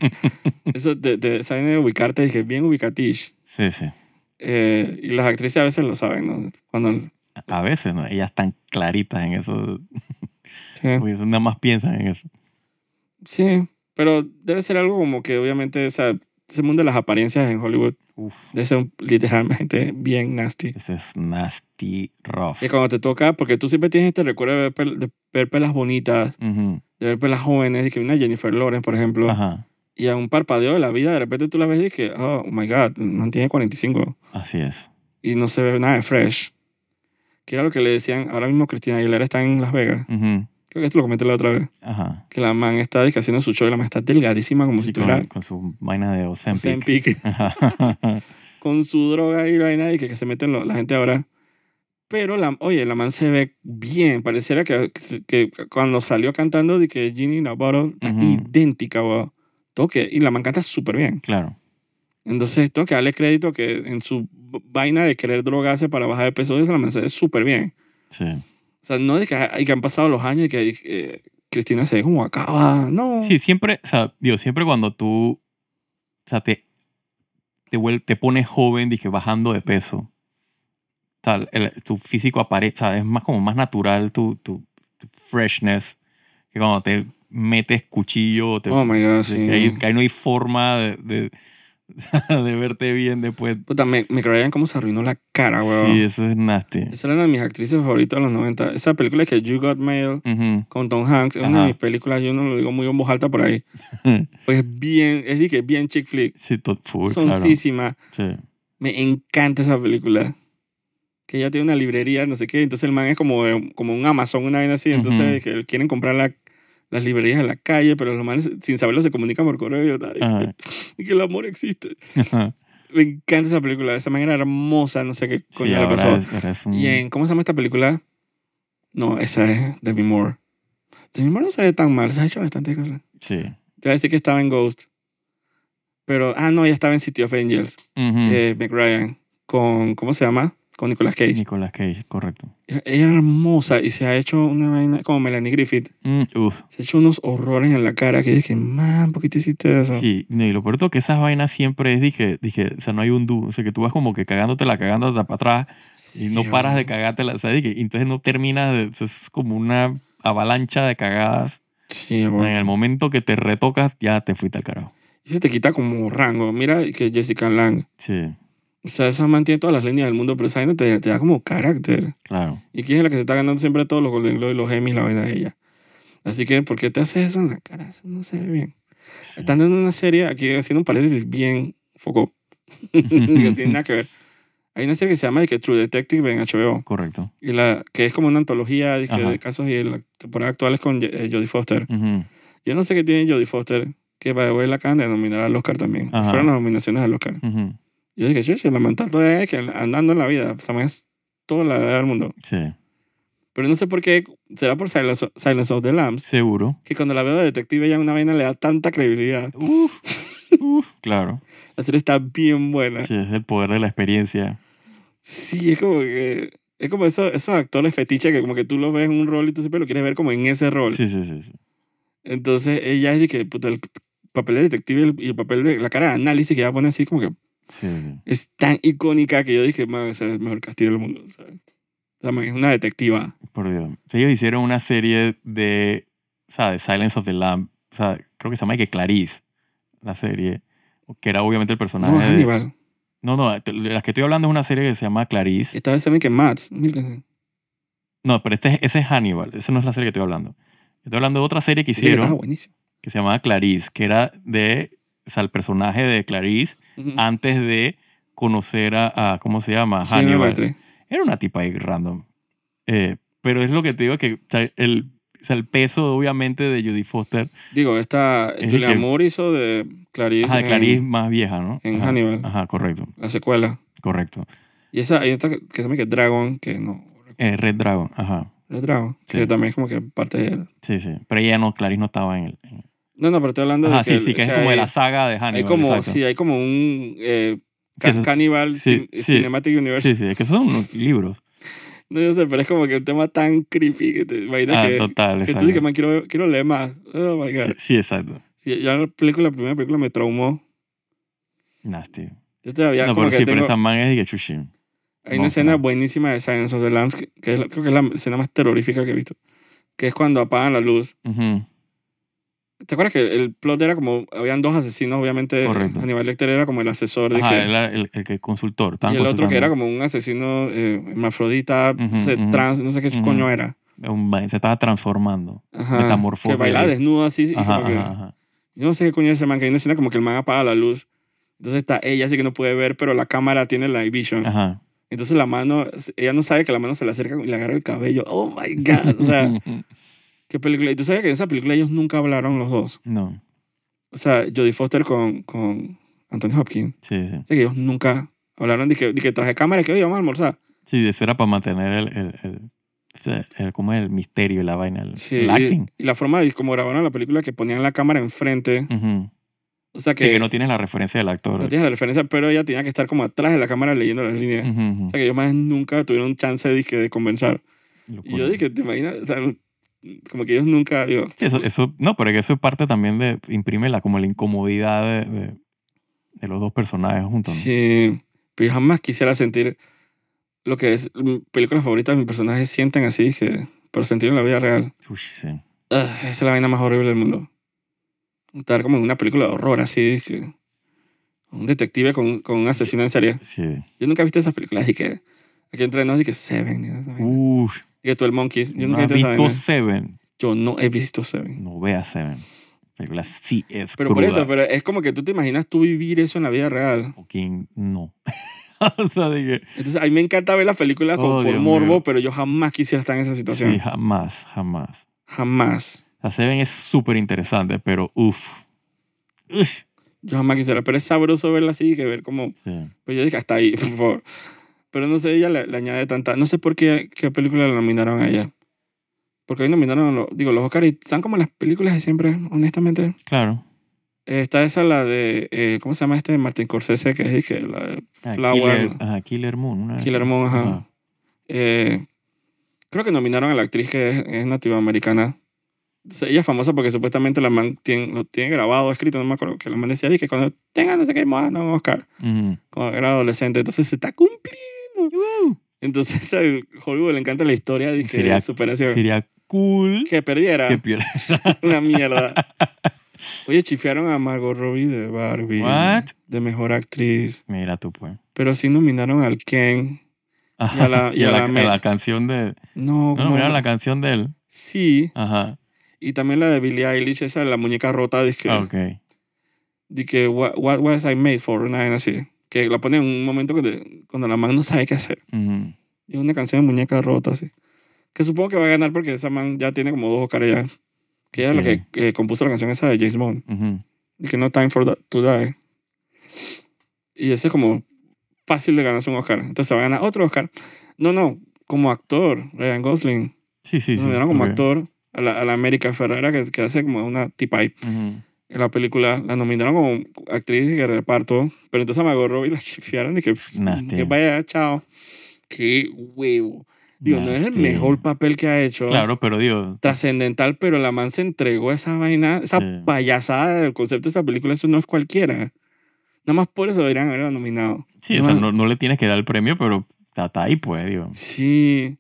S1: eso te, te saben de ubicarte, dije, bien ubicatish.
S2: Sí, sí.
S1: Eh, y las actrices a veces lo saben, ¿no? Cuando,
S2: A veces, ¿no? Ellas están claritas en eso.
S1: sí,
S2: Porque eso nada más piensan en eso.
S1: sí, pero debe ser algo como que obviamente, o sea, ese mundo de las apariencias en Hollywood
S2: Uf.
S1: debe ser un- literalmente bien nasty.
S2: Eso es nasty rough.
S1: Y cuando te toca, porque tú siempre tienes este recuerdo de ver pel- de ver pelas bonitas,
S2: Ujú.
S1: de ver pelas jóvenes, y que una Jennifer Lawrence, por ejemplo,
S2: Ajá.
S1: y a un parpadeo de la vida, de repente tú la ves y que, oh, my God, mantiene 45
S2: Así es.
S1: y no se ve nada de fresh. Que era lo que le decían, ahora mismo Cristina Aguilera está en Las Vegas,
S2: Ujú.
S1: creo que esto lo comenté la otra vez,
S2: Ajá.
S1: que la man está dizque, haciendo su show y la man está delgadísima como
S2: Sí,
S1: si
S2: con,
S1: tuviera
S2: con su vaina de
S1: un
S2: Ozempic.
S1: Ozempic,
S2: Ajá. (laughs)
S1: con su droga y la vaina y que, que se meten lo- la gente ahora. Pero, la, oye, la man se ve bien. Pareciera que, que cuando salió cantando de que Ginny Navarro está
S2: Ujú.
S1: idéntica, weón. Toque. Y la man canta súper bien.
S2: claro.
S1: Entonces, tengo que darle crédito que en su vaina de querer drogarse para bajar de peso, esa la man se ve súper bien.
S2: Sí.
S1: O sea, no de que, ay, que han pasado los años y que eh, Cristina se ve como acaba. No.
S2: Sí, siempre, o sea, digo, siempre cuando tú, o sea, te, te, vuel- te pones joven, dije, bajando de peso, tal, el- tu físico aparece, o sea, es más como más natural tu, tu, tu freshness que cuando te metes cuchillo, o te,
S1: Oh my God, sí.
S2: que, ahí, que ahí no hay forma de, de, (laughs) de verte bien después.
S1: Puta, me, me creían cómo se arruinó la cara, weón.
S2: Sí, eso es nasty.
S1: Esa era una de mis actrices favoritas de los 90. Esa película que You Got Mail
S2: Ujú.
S1: con Tom Hanks es una
S2: Ajá.
S1: de mis películas, yo no lo digo muy en voz alta por
S2: (laughs)
S1: ahí. Pues es bien, es de que bien chick flick.
S2: Sí, to- full, claro.
S1: Soncísima.
S2: Sí.
S1: Me encanta esa película. Que ella tiene una librería, no sé qué. Entonces el man es como, de- como un Amazon, una vaina así. Entonces que quieren comprar la- las librerías en la calle, pero los manes sin saberlo se comunican por correo. Y, yo, "Ay, (laughs)
S2: Ajá. (laughs)
S1: y que el amor existe.
S2: Ajá.
S1: Me encanta esa película. Esa man era hermosa, no sé qué
S2: Sí,
S1: coño le
S2: ahora
S1: pasó.
S2: es- ahora es un-
S1: Y en, ¿cómo se llama esta película? No, esa es Demi Moore. Demi Moore no se ve tan mal, se ha hecho bastante cosas.
S2: Sí.
S1: Te voy a decir que estaba en Ghost. Pero, ah, no, ella estaba en City of Angels,
S2: Ujú.
S1: de McRyan, con, ¿cómo se llama? Con Nicolas Cage.
S2: Nicolas Cage, correcto.
S1: Ella era hermosa y se ha hecho una vaina como Melanie Griffith.
S2: Mm, uf,
S1: Se ha hecho unos horrores en la cara que dije, man, ¿por qué te hiciste eso?
S2: sí, no, y lo peor de todo es que esas vainas siempre es, dije, dije, o sea, no hay un dúo, o sea, que tú vas como que cagándotela, cagándotela para atrás y no
S1: Sí,
S2: paras de
S1: hombre.
S2: cagártela, o sea, dije, y entonces no terminas, de, o sea, es como una avalancha de cagadas.
S1: Sí,
S2: En
S1: bueno.
S2: el momento que te retocas, ya te fuiste al carajo.
S1: Y se te quita como rango. Mira que Jessica Lang.
S2: Sí,
S1: O sea, esa man tiene todas las líneas del mundo, pero esa vaina te, te da como carácter.
S2: claro.
S1: ¿Y quién es la que se está ganando siempre todos los Golden Globe y los Emmys, la vaina de ella? Así que, ¿por qué te haces eso en la cara? Eso no se ve bien.
S2: sí.
S1: Están dando una serie, aquí haciendo un paréntesis bien foco. (laughs) que no tiene nada que ver. Hay una serie que se llama de que True Detective en HBO,
S2: Correcto.
S1: y la, que es como una antología de, que
S2: Ajá.
S1: de casos y la temporada actual es con eh, Jodie Foster.
S2: Ujú.
S1: Yo no sé qué tiene Jodie Foster, que para hoy la acaban de nominar al Oscar también.
S2: Ajá.
S1: Fueron las nominaciones al Oscar.
S2: Ujú.
S1: Yo dije, che, che, la man está todavía que andando en la vida, o sea, man es toda la edad del mundo.
S2: Sí.
S1: Pero no sé por qué, será por Silence, of- Silence of the Lambs,
S2: Seguro.
S1: que cuando la veo de detective ya una vaina le da tanta credibilidad.
S2: Uf, (laughs) uf, claro.
S1: La serie está bien buena.
S2: Sí, es el poder de la experiencia.
S1: Sí, es como que. Es como esos, esos actores fetiche que como que tú los ves en un rol y tú siempre lo quieres ver como en ese rol.
S2: Sí, sí, sí. sí.
S1: Entonces ella es de que puta, el papel de detective y el, y el papel de la cara de análisis que ella pone así como que
S2: Sí, sí, sí.
S1: es tan icónica que yo dije, man, esa es el mejor castillo del mundo. ¿sabes? O sea, man, es una detectiva.
S2: Por Dios. Si ellos hicieron una serie de, o sea, de Silence of the Lamb. O sea, creo que se llama que Clarice, la serie. Que era obviamente el
S1: No,
S2: personaje. de-
S1: Hannibal.
S2: no, no, te- las que estoy hablando es una serie que se llama Clarice.
S1: Esta vez se ve que Mats. mira,
S2: No, pero este, es- ese es Hannibal. Esa no es la serie que estoy hablando. Estoy hablando de otra serie que
S1: Ah,
S2: hicieron
S1: buenísimo.
S2: que se llamaba Clarice, que era de, o sea, el personaje de Clarice
S1: Ujú.
S2: antes de conocer a, a- ¿cómo se llama?
S1: Sí, me
S2: Hannibal.
S1: parece.
S2: Era una tipa ahí random. Eh, pero es lo que te digo que o sea, el, o sea, el peso, obviamente, de Judy Foster.
S1: Digo, esta
S2: Es
S1: Julia
S2: que-
S1: Moore hizo de Clarice,
S2: Ajá, de
S1: en
S2: Clarice más vieja, ¿no?
S1: en
S2: Ajá,
S1: Hannibal.
S2: Ajá, correcto,
S1: la secuela.
S2: correcto.
S1: Y esa, hay otra que que se llama que Dragon, que no,
S2: Eh, Red Dragon, ajá.
S1: Red Dragon,
S2: Sí.
S1: que también es como que parte de él.
S2: Sí, sí. Pero ella no, Clarice no estaba en el. en-
S1: No, no, pero estoy hablando
S2: Ajá,
S1: de que...
S2: sí,
S1: el-
S2: sí, que
S1: o
S2: es
S1: sea,
S2: como de
S1: hay-
S2: la saga de Hannibal.
S1: Hay como,
S2: exacto.
S1: sí, hay como un eh,
S2: Sí, eso-
S1: Cannibal
S2: sí,
S1: Cin-
S2: sí.
S1: Cinematic Universe.
S2: Sí, sí, es que son unos libros.
S1: No, yo sé, pero es como que un tema tan creepy que te imaginas
S2: Ah,
S1: que,
S2: total,
S1: que tú dices,
S2: exacto.
S1: man, quiero, quiero leer más. Oh my
S2: Sí,
S1: God.
S2: sí, exacto.
S1: Sí, ya la, película, la primera película me traumó.
S2: Nasty.
S1: Yo todavía
S2: no,
S1: como
S2: pero
S1: que
S2: sí, pero
S1: tengo...
S2: esa man es de que chushi.
S1: Hay una
S2: No,
S1: escena
S2: no.
S1: buenísima de Silence of the Lambs, que, que es la- creo que es la escena más terrorífica que he visto, que es cuando apagan la luz.
S2: Ujú,
S1: ¿Te acuerdas que el plot era como, habían dos asesinos, obviamente,
S2: Correcto.
S1: Hannibal Lecter era como el asesor de
S2: Ajá,
S1: que,
S2: era el, el, que consultor.
S1: y
S2: estaban
S1: el otro que era
S2: consultando.
S1: como un asesino eh, hermafrodita,
S2: Ujú,
S1: no sé,
S2: ujú.
S1: trans, no sé qué
S2: Ujú.
S1: coño era.
S2: Un man, se estaba transformando.
S1: Ajá,
S2: Metamorfosis.
S1: Que baila desnudo así, y
S2: Ajá,
S1: como que,
S2: ajá, ajá.
S1: yo no sé qué coño es ese man, que hay una escena como que el man apaga la luz. Entonces está ella, así que no puede ver, pero la cámara tiene la vision.
S2: Ajá.
S1: Entonces la mano, ella no sabe que la mano se le acerca y le agarra el cabello. Oh my God, o
S2: (laughs)
S1: sea, qué película. Y tú sabes que en esa película ellos nunca hablaron los dos.
S2: no,
S1: O sea, Jodie Foster con, con Anthony Hopkins.
S2: sí, sí.
S1: O sea, que ellos nunca hablaron de que, de que traje cámara, que hoy vamos a almorzar.
S2: Sí, eso era para mantener el, el, el, o sea, el- como el misterio y la vaina, el,
S1: Sí,
S2: el
S1: y,
S2: acting.
S1: y la forma de cómo grabaron la película, que ponían la cámara enfrente.
S2: Ujú.
S1: O sea,
S2: Sí,
S1: que,
S2: que
S1: no,
S2: no tienes la referencia del actor.
S1: tienes la referencia, pero ella tenía que estar como atrás de la cámara leyendo las líneas.
S2: Ujú, ujú.
S1: O sea, que ellos más nunca tuvieron chance de, que de conversar.
S2: Locura.
S1: Y yo dije, ¿te imaginas? O sea, como que ellos nunca, digo,
S2: Sí, eso, eso, no, pero que eso es parte también de, imprime la, como la incomodidad de, de, de los dos personajes juntos. ¿no?
S1: sí, pero yo jamás quisiera sentir lo que es mi película favorita de mis personajes sienten así, dije, pero sentirlo en la vida real.
S2: Uy, sí.
S1: Ugh, esa es la vaina más horrible del mundo. Estar como en una película de horror así, dije, un detective con, con un asesino en serie.
S2: sí.
S1: Yo nunca he visto esas películas, dije, aquí entre nos, dije, Seven, y esa vaina.
S2: Uy,
S1: dije, tú el Monkeys, yo
S2: no
S1: nunca he
S2: has
S1: visto esa
S2: visto
S1: vaina.
S2: Seven.
S1: Yo no he visto Seven.
S2: No veas Seven. Película sí es
S1: Pero por
S2: cruda.
S1: eso, pero es como que tú te imaginas tú vivir eso en la vida real.
S2: Fucking no. (laughs) o sea, dije,
S1: Entonces, a mí me encanta ver las películas con-
S2: Oh,
S1: por
S2: Dios
S1: morbo,
S2: mío.
S1: pero yo jamás quisiera estar en esa situación.
S2: sí, jamás, jamás.
S1: Jamás.
S2: La Seven es súper interesante, pero uff. Ush.
S1: Yo jamás quisiera. Pero es sabroso verla así, que ver como...
S2: Sí.
S1: Pues yo dije, hasta ahí, (laughs) por favor. Pero no sé, ella le, le añade tanta... No sé por qué, qué película la nominaron a ella. Porque hoy nominaron, lo- digo, los Oscars y están como las películas de siempre, honestamente.
S2: Claro.
S1: Eh, está esa, la de... eh, ¿Cómo se llama este? Martin Scorsese, que es dije, la de
S2: Ah,
S1: Flower.
S2: Killer, ajá, Killer Moon. una de
S1: Killer
S2: esas.
S1: Moon, ajá. Eh, creo que nominaron a la actriz que es, es nativa americana. Entonces, ella es famosa porque supuestamente la man tiene, lo tiene grabado, escrito, no me acuerdo, que la man decía "Ay, que cuando tenga no sé qué, me van a dar un Oscar.
S2: Ujú.
S1: Cuando era adolescente, entonces se está cumpliendo. Entonces (laughs) a Hollywood le encanta la historia de que
S2: Sería-
S1: superación.
S2: Sería cool
S1: Que perdiera.
S2: que pierda.
S1: (laughs) Una
S2: (laughs)
S1: mierda. Oye, chifiaron a Margot Robbie de Barbie.
S2: What?
S1: De mejor actriz.
S2: (laughs) Mira tú, pues.
S1: Pero sí nominaron al Ken. Y a
S2: (laughs)
S1: la- y
S2: Y
S1: a
S2: a
S1: la
S2: la- a
S1: me-
S2: la canción de.
S1: No,
S2: No,
S1: como-
S2: mira la canción de él.
S1: Sí.
S2: Ajá.
S1: Y también la de Billie Eilish, esa de la muñeca rota, de que,
S2: Ah, Ok.
S1: de que what, what was I made for, una vaina así. Que la pone en un momento cuando, cuando la man no sabe qué hacer.
S2: Ujú.
S1: Y es una canción de muñeca rota, así. Que supongo que va a ganar porque esa man ya tiene como dos Oscars ya. Que ella es la
S2: Ok.
S1: que, que compuso la canción esa de James Bond.
S2: Ujú.
S1: De que no time for that, to die. Y ese es como fácil de ganarse un Oscar. Entonces se va a ganar otro Oscar. No, no, como actor, Ryan Gosling.
S2: Sí, sí, sí.
S1: nominaron como
S2: ok.
S1: actor a la, a la América Ferrera, que, que hace como una tipa ahí
S2: Ujú.
S1: en la película. La nominaron como actriz de reparto, pero entonces a Margot Robbie la chifiaron y que,
S2: Nasty.
S1: que vaya, chao. Qué huevo. Digo, no es el
S2: Nasty.
S1: mejor papel que ha hecho.
S2: Claro, pero digo.
S1: Trascendental, pero la man se entregó a esa vaina, esa
S2: Sí.
S1: payasada del concepto de esa película, eso no es cualquiera. Nada más por eso deberían haberla nominado.
S2: Sí, o sea,
S1: Bueno.
S2: no, no le tienes que dar el premio, pero está, está ahí, pues, digo.
S1: Sí.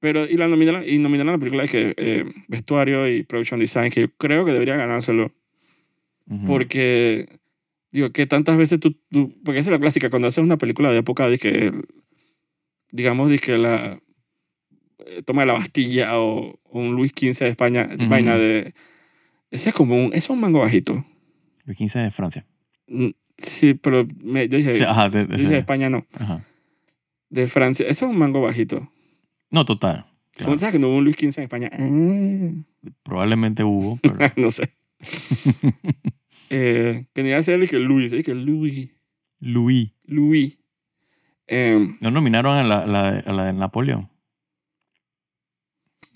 S1: Pero, y la nominaron, y nominaron la película de que eh, vestuario y production design, que yo creo que debería ganárselo.
S2: Ujú.
S1: Porque, digo, que tantas veces tú, tú- Porque esa es la clásica, cuando haces una película de época, de que, el- digamos, de que la. eh, Toma de la Bastilla o, o un Luis XV de España, de
S2: Ujú.
S1: vaina de. Ese es como un. Es un mango bajito.
S2: Luis XV de Francia.
S1: Mm, Sí, pero me- yo dije.
S2: Sí, ajá, de- de-
S1: yo dije de
S2: de-
S1: España no.
S2: ajá.
S1: De Francia. Eso es un mango bajito.
S2: No, total. claro.
S1: ¿Sabes que no hubo un Luis XV en España? Ah.
S2: Probablemente hubo,
S1: (laughs)
S2: pero.
S1: no
S2: (laughs)
S1: sé. eh, que ni hacerle que Luis, eh, que Luis,
S2: Luis.
S1: Luis. Em,
S2: No nominaron a la, la, a la de Napoleón.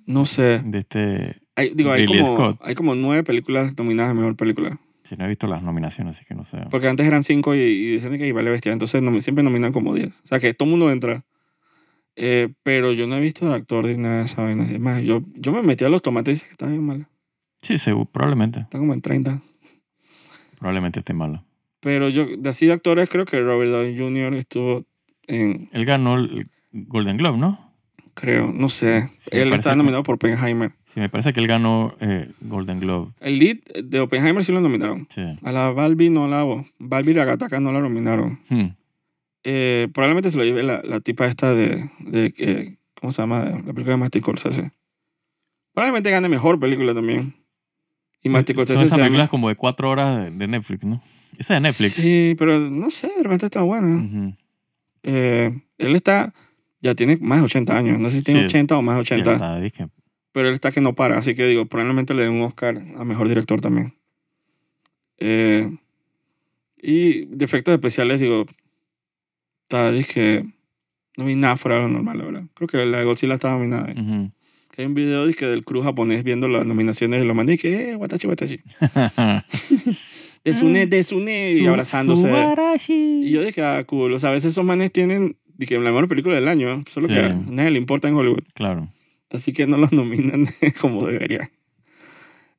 S1: no sé.
S2: De este.
S1: Hay, digo, hay
S2: Ridley
S1: como,
S2: Scott.
S1: hay como nueve películas nominadas a mejor película.
S2: Si no he visto las nominaciones, así que no sé.
S1: Porque antes eran cinco y, y decían que iba a bestia. Entonces nomi- siempre nominan como diez. O sea que todo mundo entra. Eh, pero yo no he visto de actor ni nada de esa vaina. Es más, yo, yo me metí a los tomates y dicen que está bien mal.
S2: Sí, seguro, probablemente.
S1: Está como en 30.
S2: Probablemente esté malo.
S1: Pero yo, de así de actores, creo que Robert Downey Jr. estuvo en,
S2: Él ganó el Golden Globe, ¿no?
S1: creo, no sé.
S2: Sí,
S1: Él
S2: parece
S1: está
S2: que-
S1: nominado por Oppenheimer.
S2: Sí, me parece que él ganó eh, Golden Globe.
S1: El lead de Oppenheimer sí lo nominaron.
S2: Sí.
S1: A la Balbi no la... Balbi Ragataka no la nominaron.
S2: Hmm.
S1: Eh, probablemente se lo lleve la, la tipa esta de... de que- ¿Cómo se llama? La película de Martin Scorsese. Probablemente gane mejor película también. Y Martin
S2: Son
S1: Scorsese
S2: esas
S1: se
S2: películas
S1: llama...
S2: como de cuatro horas de, de Netflix, ¿no? Esa de Netflix. Mm.
S1: Sí, pero no sé, de repente está buena.
S2: Ujú.
S1: Eh, él está... Ya tiene más de 80 años. No sé si tiene
S2: Sí.
S1: 80 o más de
S2: Sí,
S1: 80.
S2: está, dije,
S1: Pero él está que no para, así que digo, probablemente le den un Oscar a mejor director también. Eh, y de efectos especiales, digo, está, dije, no vi nada fuera de lo normal, la verdad. Creo que la de Godzilla estaba nominada. ahí.
S2: ujú.
S1: Que Hay un video dizque, del crew japonés viendo las nominaciones y lo mandé y que, eh, watashi, watashi. Desune, desune, (laughs) y
S2: Ah. Su-
S1: abrazándose.
S2: Subarashi.
S1: Y yo dije, ah, cool. O sea, a veces esos manes tienen, dije, la mejor película del año, solo
S2: Sí.
S1: que a nadie le importa en Hollywood.
S2: Claro.
S1: Así que no los (laughs) nominan como debería.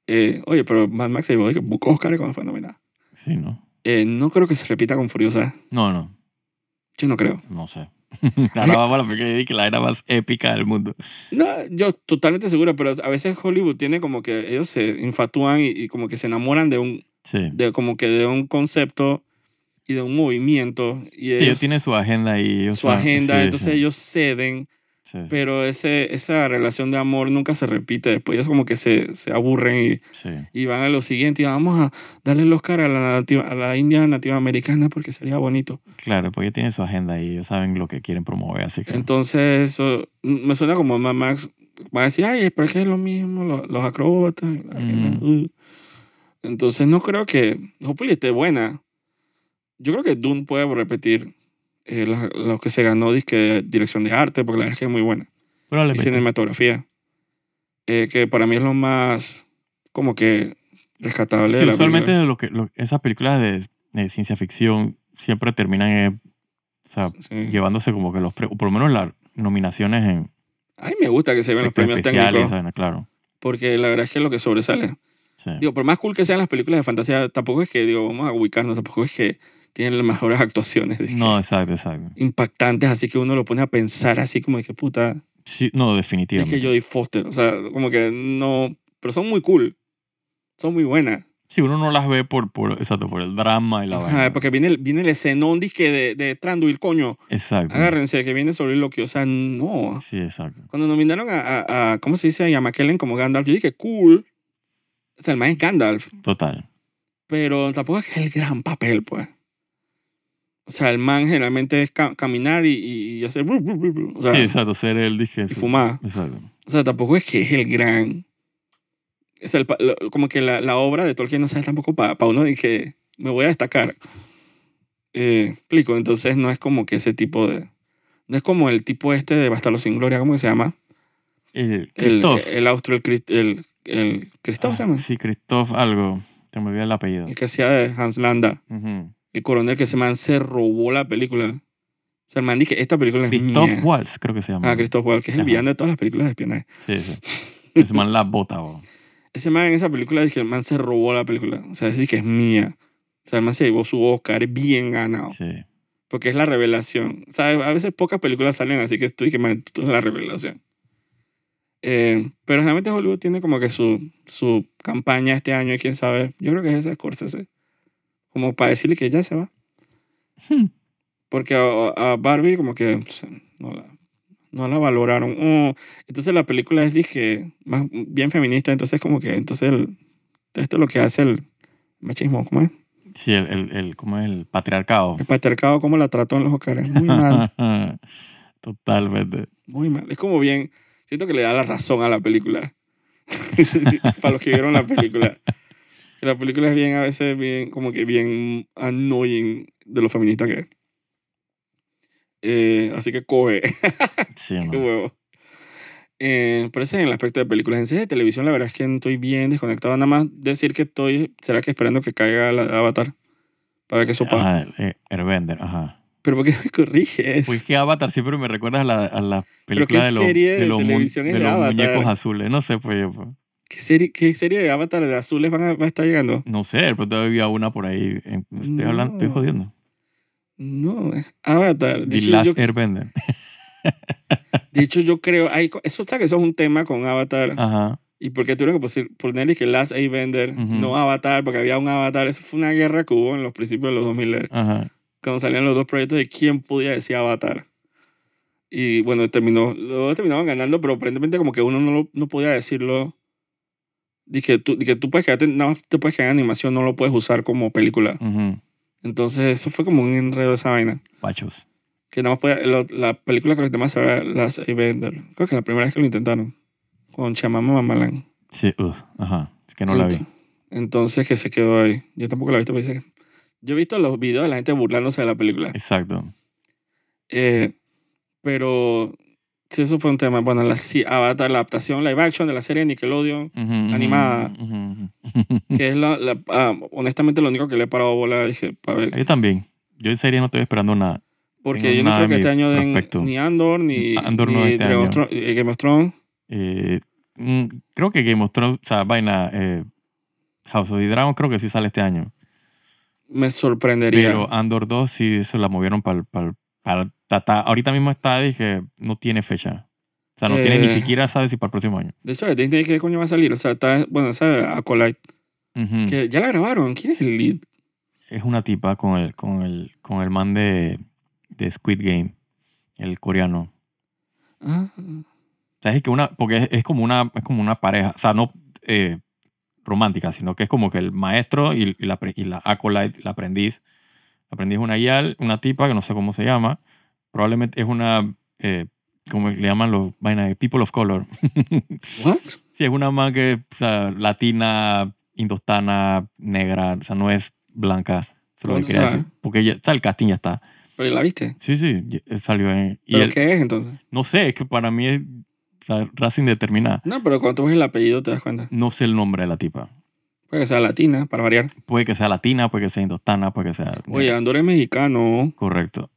S1: Eh, oye, pero Mad Max se llevó de que buscó Oscar cuando fue nominada.
S2: Sí, ¿no?
S1: Eh, no creo que se repita con Furiosa.
S2: No, no.
S1: Yo no creo.
S2: No sé. (laughs) Ahora vamos a la película que la era más épica del mundo.
S1: No, yo totalmente seguro, pero a veces Hollywood tiene como que ellos se infatúan y, y como que se enamoran de un,
S2: Sí.
S1: de como que de un concepto y de un movimiento y
S2: Sí,
S1: ellos-
S2: ellos tienen su agenda ahí. ellos
S1: su
S2: saben-
S1: agenda,
S2: sí,
S1: entonces
S2: sí,
S1: ellos ceden,
S2: sí, sí,
S1: pero ese, esa relación de amor nunca se repite. Después ellos como que se, se aburren y,
S2: sí.
S1: y van a lo siguiente y vamos a darle el Oscar a la, nativa- a la india nativa americana porque sería bonito.
S2: Claro, porque tienen su agenda ahí. Ellos saben lo que quieren promover, así que...
S1: Entonces eso mm, me suena como a Mad Max va a decir, ay, pero es que es lo mismo, lo- los, acróbatas. la
S2: Mm.
S1: vaina, uh". Entonces no creo que, hopefully esté buena. Yo creo que Dune puede repetir eh, la- lo, que se ganó disque de dirección de arte, porque la verdad es que es muy buena. Y
S2: Probablemente.
S1: cinematografía, eh, que para mí es lo más como que rescatable
S2: Sí,
S1: de la
S2: usualmente
S1: película.
S2: lo que, lo- esas películas de, de ciencia ficción siempre terminan eh, o sea,
S1: Sí.
S2: llevándose como que los... pre- o por lo menos las nominaciones en
S1: A mí me gusta que se vean los
S2: efectos
S1: premios
S2: especiales,
S1: técnicos,
S2: ¿saben? claro.
S1: porque la verdad es que es lo que sobresale.
S2: Sí.
S1: Digo, por más cool que sean las películas de fantasía, tampoco es que, digo, vamos a ubicarnos, tampoco es que tienen las mejores actuaciones de que
S2: No, exacto, exacto.
S1: impactantes, así que uno lo pone a pensar así como de que puta,
S2: Sí, no,
S1: es que
S2: definitivamente.
S1: Jodie Foster, o sea, como que no, pero son muy cool, son muy buenas.
S2: Si uno no las ve por, por, exacto, por el drama y la
S1: Ajá,
S2: vaina.
S1: porque viene el, viene el escenón disque de, de Tranduil, coño,
S2: Exacto.
S1: agárrense, que viene sobre lo que, o sea, no.
S2: Sí, exacto.
S1: Cuando nominaron a, a, a- ¿cómo se dice? A McKellen como Gandalf, yo dije, cool, o sea, el man es Gandalf,
S2: Total.
S1: pero tampoco es que es el gran papel, pues. O sea, el man generalmente es ca- caminar y, y- y hacer... blu, blu, blu, blu. O sea,
S2: sí, exacto. Ser él, dije.
S1: y
S2: sí.
S1: fumar.
S2: Exacto.
S1: O sea, tampoco es que es el gran... O sea, el pa- lo- como que la, la obra de Tolkien no sea tampoco para uno de que me voy a destacar. Eh, explico, entonces no es como que ese tipo de... No es como el tipo este de Bastardo sin Gloria, ¿cómo que se llama?
S2: El
S1: El,
S2: Christoph.
S1: el austro, el, Crist- el, el Christoph se llama.
S2: Ah, sí, Christoph algo. Te me olvidé el apellido.
S1: El que hacía de Hans Landa.
S2: Ujú.
S1: El coronel que ese man se robó la película. O sea, el man dije, esta película es
S2: Christoph
S1: mía.
S2: Waltz, creo que se llama.
S1: Ah, Christoph Waltz, que es el
S2: Ajá.
S1: villano de todas las películas de espionaje.
S2: Sí, sí. Ese man la bota, bo.
S1: Ese man en esa película dije, el man se robó la película. O sea, es que es mía. O sea, el man se llevó su Oscar bien ganado.
S2: Sí.
S1: Porque es la revelación. ¿Sabes? A veces pocas películas salen así que tú dices, man, esto es la revelación. Eh, pero realmente Hollywood tiene como que su, su campaña este año, y quién sabe. Yo creo que es esa de Scorsese. Como para decirle que ya se va.
S2: Hmm.
S1: Porque a, a Barbie como que o sea, no, la, no la valoraron. Oh, entonces la película es, dije, más bien feminista. Entonces como que, entonces el- esto es lo que hace el machismo, ¿cómo es?
S2: Sí, el, el, el- ¿cómo es? El patriarcado. (laughs)
S1: El patriarcado, cómo la trató en los Oscars. Muy mal.
S2: Totalmente.
S1: Muy mal. Es como bien. Siento que le da la razón a la película. (laughs) Para los que vieron la película. Que la película es bien, a veces, bien, como que bien annoying de los feministas que es. Eh, así que coge, (laughs)
S2: Sí,
S1: qué
S2: no.
S1: huevo. Eh, pero ese es en el aspecto de películas. En series de televisión, la verdad es que estoy bien desconectado. Nada más decir que estoy, será que esperando que caiga la de Avatar para ver qué sopa.
S2: Ajá, el- el Airbender, ajá.
S1: Pero ¿por qué me corriges?
S2: Pues es que Avatar siempre me recuerdas a la, a la
S1: ¿Pero
S2: película
S1: qué
S2: de los,
S1: serie
S2: de
S1: de
S2: los, mu-
S1: televisión es
S2: de
S1: de
S2: los
S1: Avatar?
S2: muñecos azules. No sé, pues yo. pues.
S1: ¿Qué serie, qué serie de Avatar de azules van a, va a estar llegando?
S2: No sé, pero pronto había una por ahí. en- Estoy hablando, estoy
S1: No.
S2: jodiendo.
S1: No, es Avatar. De
S2: The
S1: hecho, yo,
S2: Last Airbender.
S1: de hecho, yo creo, hay, co- eso, ¿sabes? que eso es un tema con Avatar.
S2: Ajá.
S1: ¿Y por qué tuvieron que posi- ponerle que Last Airbender,
S2: Ujú.
S1: no Avatar, porque había un Avatar? Eso fue una guerra que hubo en los principios de los 2000,
S2: Ajá.
S1: cuando salían los dos proyectos de quién podía decir Avatar. Y bueno, terminó, los dos terminaban ganando, pero aparentemente como que uno no, lo- no podía decirlo. Dije, tú, dije, tú puedes quedarte, nada más te puedes quedar en animación, no lo puedes usar como película.
S2: ujú.
S1: Entonces, eso fue como un enredo esa vaina.
S2: Pachos.
S1: Que nada más podía, lo- la película con el tema se llama Las Airbender. Creo que la primera vez que lo intentaron. Con Chamama Mamalan.
S2: Sí, ugh, ajá. Es que no la vi.
S1: Ento- Entonces que se quedó ahí. Yo tampoco la he visto. pero dice que- Yo he visto los videos de la gente burlándose de la película.
S2: Exacto.
S1: Eh, pero sí, eso fue un tema. Bueno, la, sí, Avatar, la adaptación live action de la serie Nickelodeon.
S2: Ujú, ujú,
S1: Animada.
S2: ujú, ujú. Mm.
S1: Que es la, la- ah, honestamente lo único que le he parado bola. Dije, para ver.
S2: Ah, Yo también. Yo en serie no estoy esperando nada.
S1: Porque
S2: tengo
S1: yo no
S2: nada
S1: creo que
S2: en
S1: este
S2: mi
S1: año den
S2: prospecto.
S1: ni Andor ni,
S2: Andor
S1: ni
S2: no este
S1: Dragon
S2: año.
S1: Throne- eh, Game of Thrones.
S2: Eh, mm, creo que Game of Thrones, o sea, vaina, eh, House of the Dragon creo que sí sale este año.
S1: Me sorprendería.
S2: Pero Andor 2 sí se la movieron para Ahorita mismo está, dije, no tiene fecha. O sea, no tiene ni
S1: Eh.
S2: siquiera, sabe si para el próximo año.
S1: De hecho, de Disney, ¿qué coño va a salir? O sea, está, bueno, esa Acolyte,
S2: Ujú.
S1: que ya la grabaron. ¿Quién es el lead?
S2: Es una tipa con el, con el, con el man de, de Squid Game, el coreano.
S1: Ah,
S2: O sea, es que una, porque es, es como una, es como una pareja, o sea, no eh, romántica, sino que es como que el maestro y, y la, pre- y la acolyte, la aprendiz. La aprendiz es una yal, una tipa que no sé cómo se llama. Probablemente es una, eh, como le llaman los vainas, people of color. (laughs)
S1: ¿what?
S2: Sí, es una man que, o sea, latina, indostana, negra, o sea, no es blanca. Eso es lo que
S1: ¿Cómo se
S2: quería
S1: sabe?
S2: decir. Porque ya, está el casting ya está.
S1: ¿Pero la viste?
S2: Sí, sí, ya- salió en... Y
S1: ¿Pero
S2: él-
S1: qué es entonces?
S2: no sé, es que para mí es o sea, raza indeterminada.
S1: No, pero cuando tú ves el apellido te das cuenta.
S2: No sé el nombre de la tipa.
S1: Puede que sea latina, para variar.
S2: Puede que sea latina, puede que sea indostana, puede que sea...
S1: Oye, Andor es mexicano.
S2: Correcto.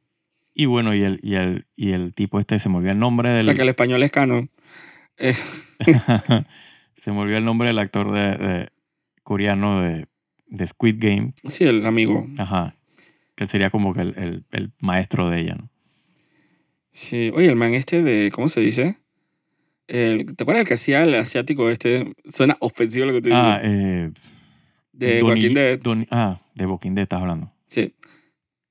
S2: Y bueno, y el, y el, y el tipo este, se me olvidó el nombre
S1: O
S2: del...
S1: sea, que el español es cano.
S2: se me olvidó el nombre del actor de, de- coreano de, de Squid Game.
S1: Sí, el amigo.
S2: Ajá. Que él sería como que el, el- el maestro de ella, ¿no?
S1: Sí. Oye, el man este de, ¿cómo se dice? El- ¿Te acuerdas el que hacía el asiático este? Suena ofensivo lo que te digo.
S2: Ah, eh...
S1: de
S2: Donnie-
S1: Joaquín de...
S2: Donnie- ah, de Walking Dead estás hablando.
S1: Sí.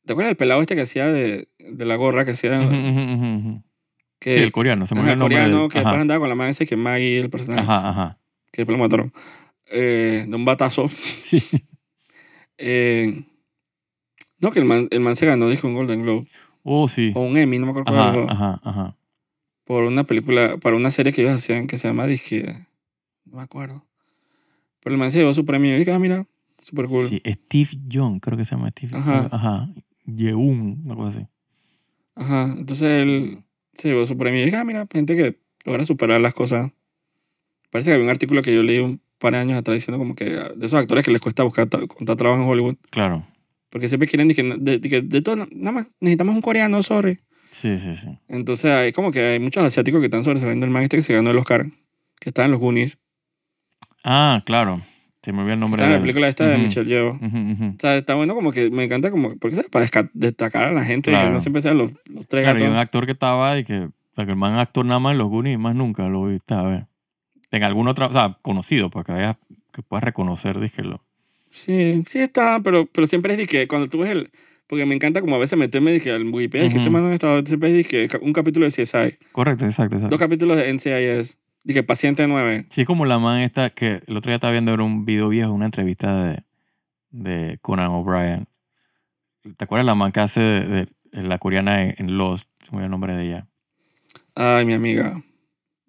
S1: ¿Te acuerdas el pelado este que hacía de, de la gorra que hacía?
S2: Ujú, ujú, ujú, ujú.
S1: que,
S2: Sí, el coreano, se me
S1: Ah. Eh, Ajá,
S2: olvidó
S1: el
S2: el nombre.
S1: coreano
S2: del-
S1: que después
S2: ajá,
S1: andaba con la madre ese que Maggie, el personaje,
S2: ajá, ajá.
S1: que después lo mataron, eh, de un batazo.
S2: Sí.
S1: Eh, no, que el man, el man se ganó, dijo, un Golden Globe
S2: Oh, sí.
S1: o un Emmy, no me acuerdo cuál de los
S2: Ajá,
S1: dos,
S2: ajá, ajá.
S1: por una película, para una serie que ellos hacían que se llama Disque. No me acuerdo. Pero el man se llevó su premio y dije, ah, mira, súper cool.
S2: Sí, Steve Young, creo que se llama Steve.
S1: Ajá.
S2: Ajá. Yeun, una cosa así.
S1: Ajá, entonces él se llevó su premio y dije, ah, mira, gente que lograr superar las cosas. Parece que había un artículo que yo leí un par de años atrás diciendo como que ah, de esos actores que les cuesta buscar tra- encontrar trabajo en Hollywood.
S2: Claro.
S1: Porque siempre quieren de que de, de, que de todo, nada más necesitamos un coreano, sorry.
S2: Sí, sí, sí.
S1: Entonces hay como que hay muchos asiáticos que están sobresaliendo. El man este que se ganó el Oscar, que está en los Goonies.
S2: Ah, claro. Se me olvidó el nombre
S1: Está en la
S2: él.
S1: película esta de
S2: Ujú.
S1: Michelle Yeoh.
S2: Ujú, ujú.
S1: O sea, está bueno como que me encanta como... Porque ¿sabes? para desca- destacar a la gente y que
S2: Claro.
S1: no siempre sean los, los tres
S2: Claro, y
S1: gatos.
S2: un actor que estaba y que, o sea, que el man actor nada más en los Goonies y más nunca lo viste, a ver. En algún otro, o sea, conocido, para que, veas- que puedas reconocer, dije lo.
S1: Sí, sí está, pero, pero siempre es de que cuando tú ves el... Porque me encanta como a veces meterme dije, al Wikipedia, que
S2: Ujú.
S1: este man no estaba, siempre es de que un capítulo de CSI,
S2: Correcto, exacto,
S1: dos
S2: exacto.
S1: capítulos de NCIS, dije paciente 9.
S2: Sí, es como la man esta que el otro día estaba viendo era un video viejo, una entrevista de, de Conan O'Brien. ¿Te acuerdas la man que hace de, de- de la coreana en, en Lost? Se me olvidó el nombre de ella.
S1: Ay, mi amiga.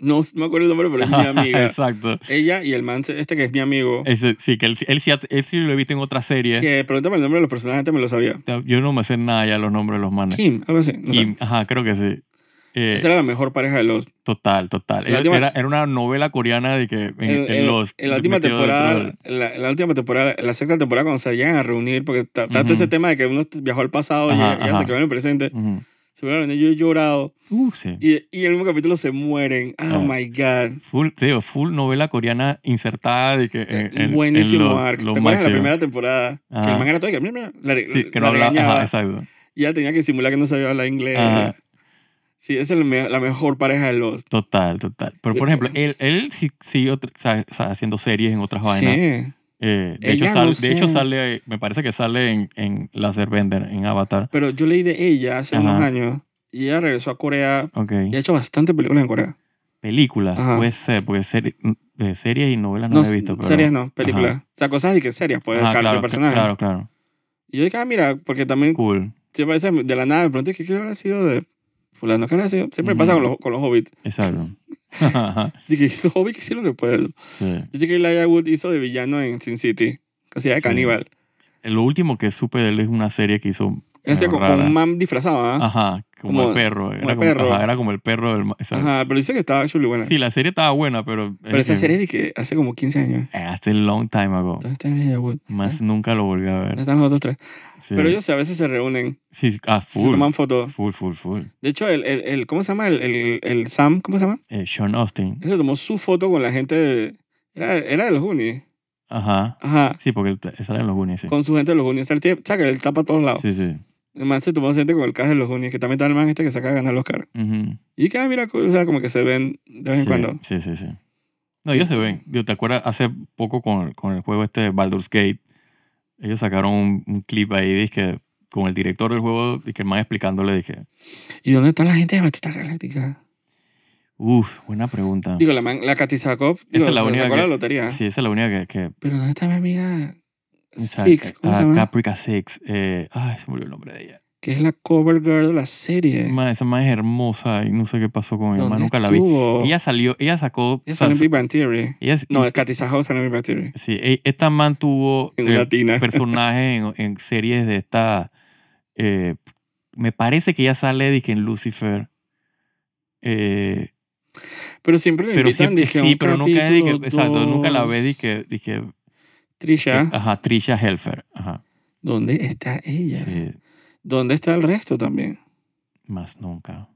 S1: No, no me acuerdo el nombre, pero
S2: (laughs)
S1: es mi amiga.
S2: Exacto.
S1: Ella y el man este que es mi amigo.
S2: Ese- sí, que él, él, sí, ha- él sí lo he visto en otra serie.
S1: Que pregúntame el nombre de los personajes, antes me lo sabía.
S2: Yo no me sé nada ya los nombres de los manes.
S1: Kim, algo así. No sé.
S2: Kim, ajá, creo que sí. Eh,
S1: Esa era la mejor pareja de los.
S2: Total, total.
S1: La
S2: Era,
S1: última-
S2: era- era una novela coreana de que en,
S1: En,
S2: en
S1: en-
S2: Lost,
S1: en la última
S2: metido
S1: temporada,
S2: dentro del-
S1: en la, en la última temporada, en la sexta temporada, cuando se llegan a reunir, porque está, está todo
S2: Ujú.
S1: ese tema de que uno viajó al pasado y
S2: Ajá,
S1: ella, ella se
S2: ajá.
S1: quedó en el presente.
S2: Ujú.
S1: Se fueron a reunir, yo he llorado.
S2: Uh, sí.
S1: Y, y en el mismo capítulo se mueren. Oh
S2: Ah.
S1: my God.
S2: Full, te digo, full novela coreana insertada de que en- en- en
S1: Buenísimo
S2: Lost,
S1: arc.
S2: lo
S1: ¿Te acuerdas de la
S2: máximo.
S1: primera temporada? Que el
S2: Ajá.
S1: man era todo y que, mira, mira, la, re-
S2: Sí, que
S1: la
S2: no hablaba.
S1: regañaba.
S2: Ajá, exacto.
S1: y ella tenía que simular que no sabía hablar inglés.
S2: Ajá.
S1: Sí, esa es la me- la mejor pareja de los.
S2: Total, total. Pero
S1: Eh,
S2: por ejemplo, él, él sí, sí otra- o sea, o sea, haciendo series en otras vainas.
S1: Sí.
S2: Eh, de, hecho,
S1: Ella
S2: sal-
S1: no
S2: de hecho,
S1: sé.
S2: sale, me parece que sale en, en Laser Bender, en Avatar.
S1: Pero yo leí de ella hace
S2: Ajá.
S1: unos años y ella regresó a Corea
S2: Ok.
S1: y ha hecho bastantes películas en Corea.
S2: Películas,
S1: Eh. Ajá.
S2: puede ser, porque seri- eh, series y novelas no,
S1: No,
S2: las he visto. Pero...
S1: series no, películas. O sea, cosas de que serias, pues,
S2: Ajá,
S1: de,
S2: claro,
S1: personajes.
S2: Claro, claro.
S1: Y yo dije, ah, mira, porque también
S2: Cool.
S1: siempre a veces de la nada, de pronto, ¿qué, qué habrá sido de fulano? ¿Qué habrá sido? Siempre
S2: Ujú.
S1: pasa con los, con los hobbits. (laughs)
S2: Exacto. (laughs)
S1: Dije, ¿esos hobbits qué hicieron después de eso?
S2: sí.
S1: Dice que Elijah Wood hizo de villano en Sin City, que hacía de
S2: Sí.
S1: caníbal.
S2: Lo último que supe de él es una serie que hizo.
S1: Él hacía
S2: medio
S1: con, con
S2: rara.
S1: este un man disfrazado, ¿ah?
S2: Ajá, como,
S1: como-
S2: el perro.
S1: como el
S2: Era como,
S1: perro.
S2: Ajá, era como el perro del. ma-
S1: Ajá,
S2: exacto.
S1: pero dice que estaba actually buena.
S2: Sí, la serie estaba buena, pero. eh,
S1: pero esa serie dije, hace como 15 años.
S2: Hace long time ago.
S1: ¿Dónde está Elijah Wood?
S2: Más nunca lo volví a
S1: ¿Dónde
S2: ver.
S1: están los otros tres?
S2: Sí.
S1: Pero ellos a veces se reúnen,
S2: Sí, ah,
S1: se
S2: full.
S1: toman fotos.
S2: Full, full, full.
S1: De hecho, el, el, el- ¿cómo se llama? El, el, el Sam, ¿cómo se llama?
S2: Eh, Sean Austin.
S1: Él se tomó su foto con la gente de... Era, era de los Goonies.
S2: Ajá.
S1: Ajá.
S2: Sí, porque él t- sale en los Goonies. Sí,
S1: Con su gente de los Goonies. El tío, saca, él tapa a todos lados.
S2: sí. sí.
S1: El man se tomó gente con el caso de los Goonies, que también está el man este que saca a ganar los caras.
S2: Ujú.
S1: Y que, ah, mira, o sea, como que se ven de vez en
S2: sí,
S1: cuando.
S2: Sí, sí, sí. No, ellos se ven. Digo, ¿Te acuerdas hace poco con, con el juego este de Baldur's Gate? Ellos sacaron un, un clip ahí, dizque, con el director del juego, y que el man explicándole, dije,
S1: ¿Y dónde está la gente de Batista
S2: Ah.
S1: Galáctica?
S2: uff, buena pregunta.
S1: Digo, la, man, la Katy Sakov, digo,
S2: es la
S1: se
S2: única
S1: sacó la
S2: que-
S1: lotería.
S2: Sí, esa es la única que... que
S1: Pero ¿dónde está mi amiga
S2: o sea,
S1: Six? ¿Cómo
S2: ah,
S1: se llama?
S2: Caprica Six. Eh, ay, se me olvidó el nombre de ella.
S1: que es la cover girl de la serie.
S2: Man, esa man es hermosa y no sé qué pasó con ella.
S1: ¿Dónde
S2: Man, nunca la vi.
S1: estuvo?
S2: Ella salió, ella sacó...
S1: Ella
S2: o sea,
S1: sale en Big Bang Theory.
S2: ella es-
S1: No, Katy Sakov sale en Big Bang Theory.
S2: Sí, e- esta man tuvo...
S1: En
S2: eh,
S1: (laughs) una tina.
S2: personajes en, en series de esta. eh, me parece que ella sale dije, en Lucifer. Eh,
S1: Pero siempre le
S2: pero
S1: invitan,
S2: siempre,
S1: dije,
S2: sí, pero nunca, dije,
S1: capítulo
S2: exacto, nunca la
S1: dos.
S2: ve dije, dije
S1: Trisha,
S2: ajá, Trisha Helfer. Ajá,
S1: ¿dónde está ella?
S2: sí,
S1: ¿Dónde está el resto también?
S2: más nunca.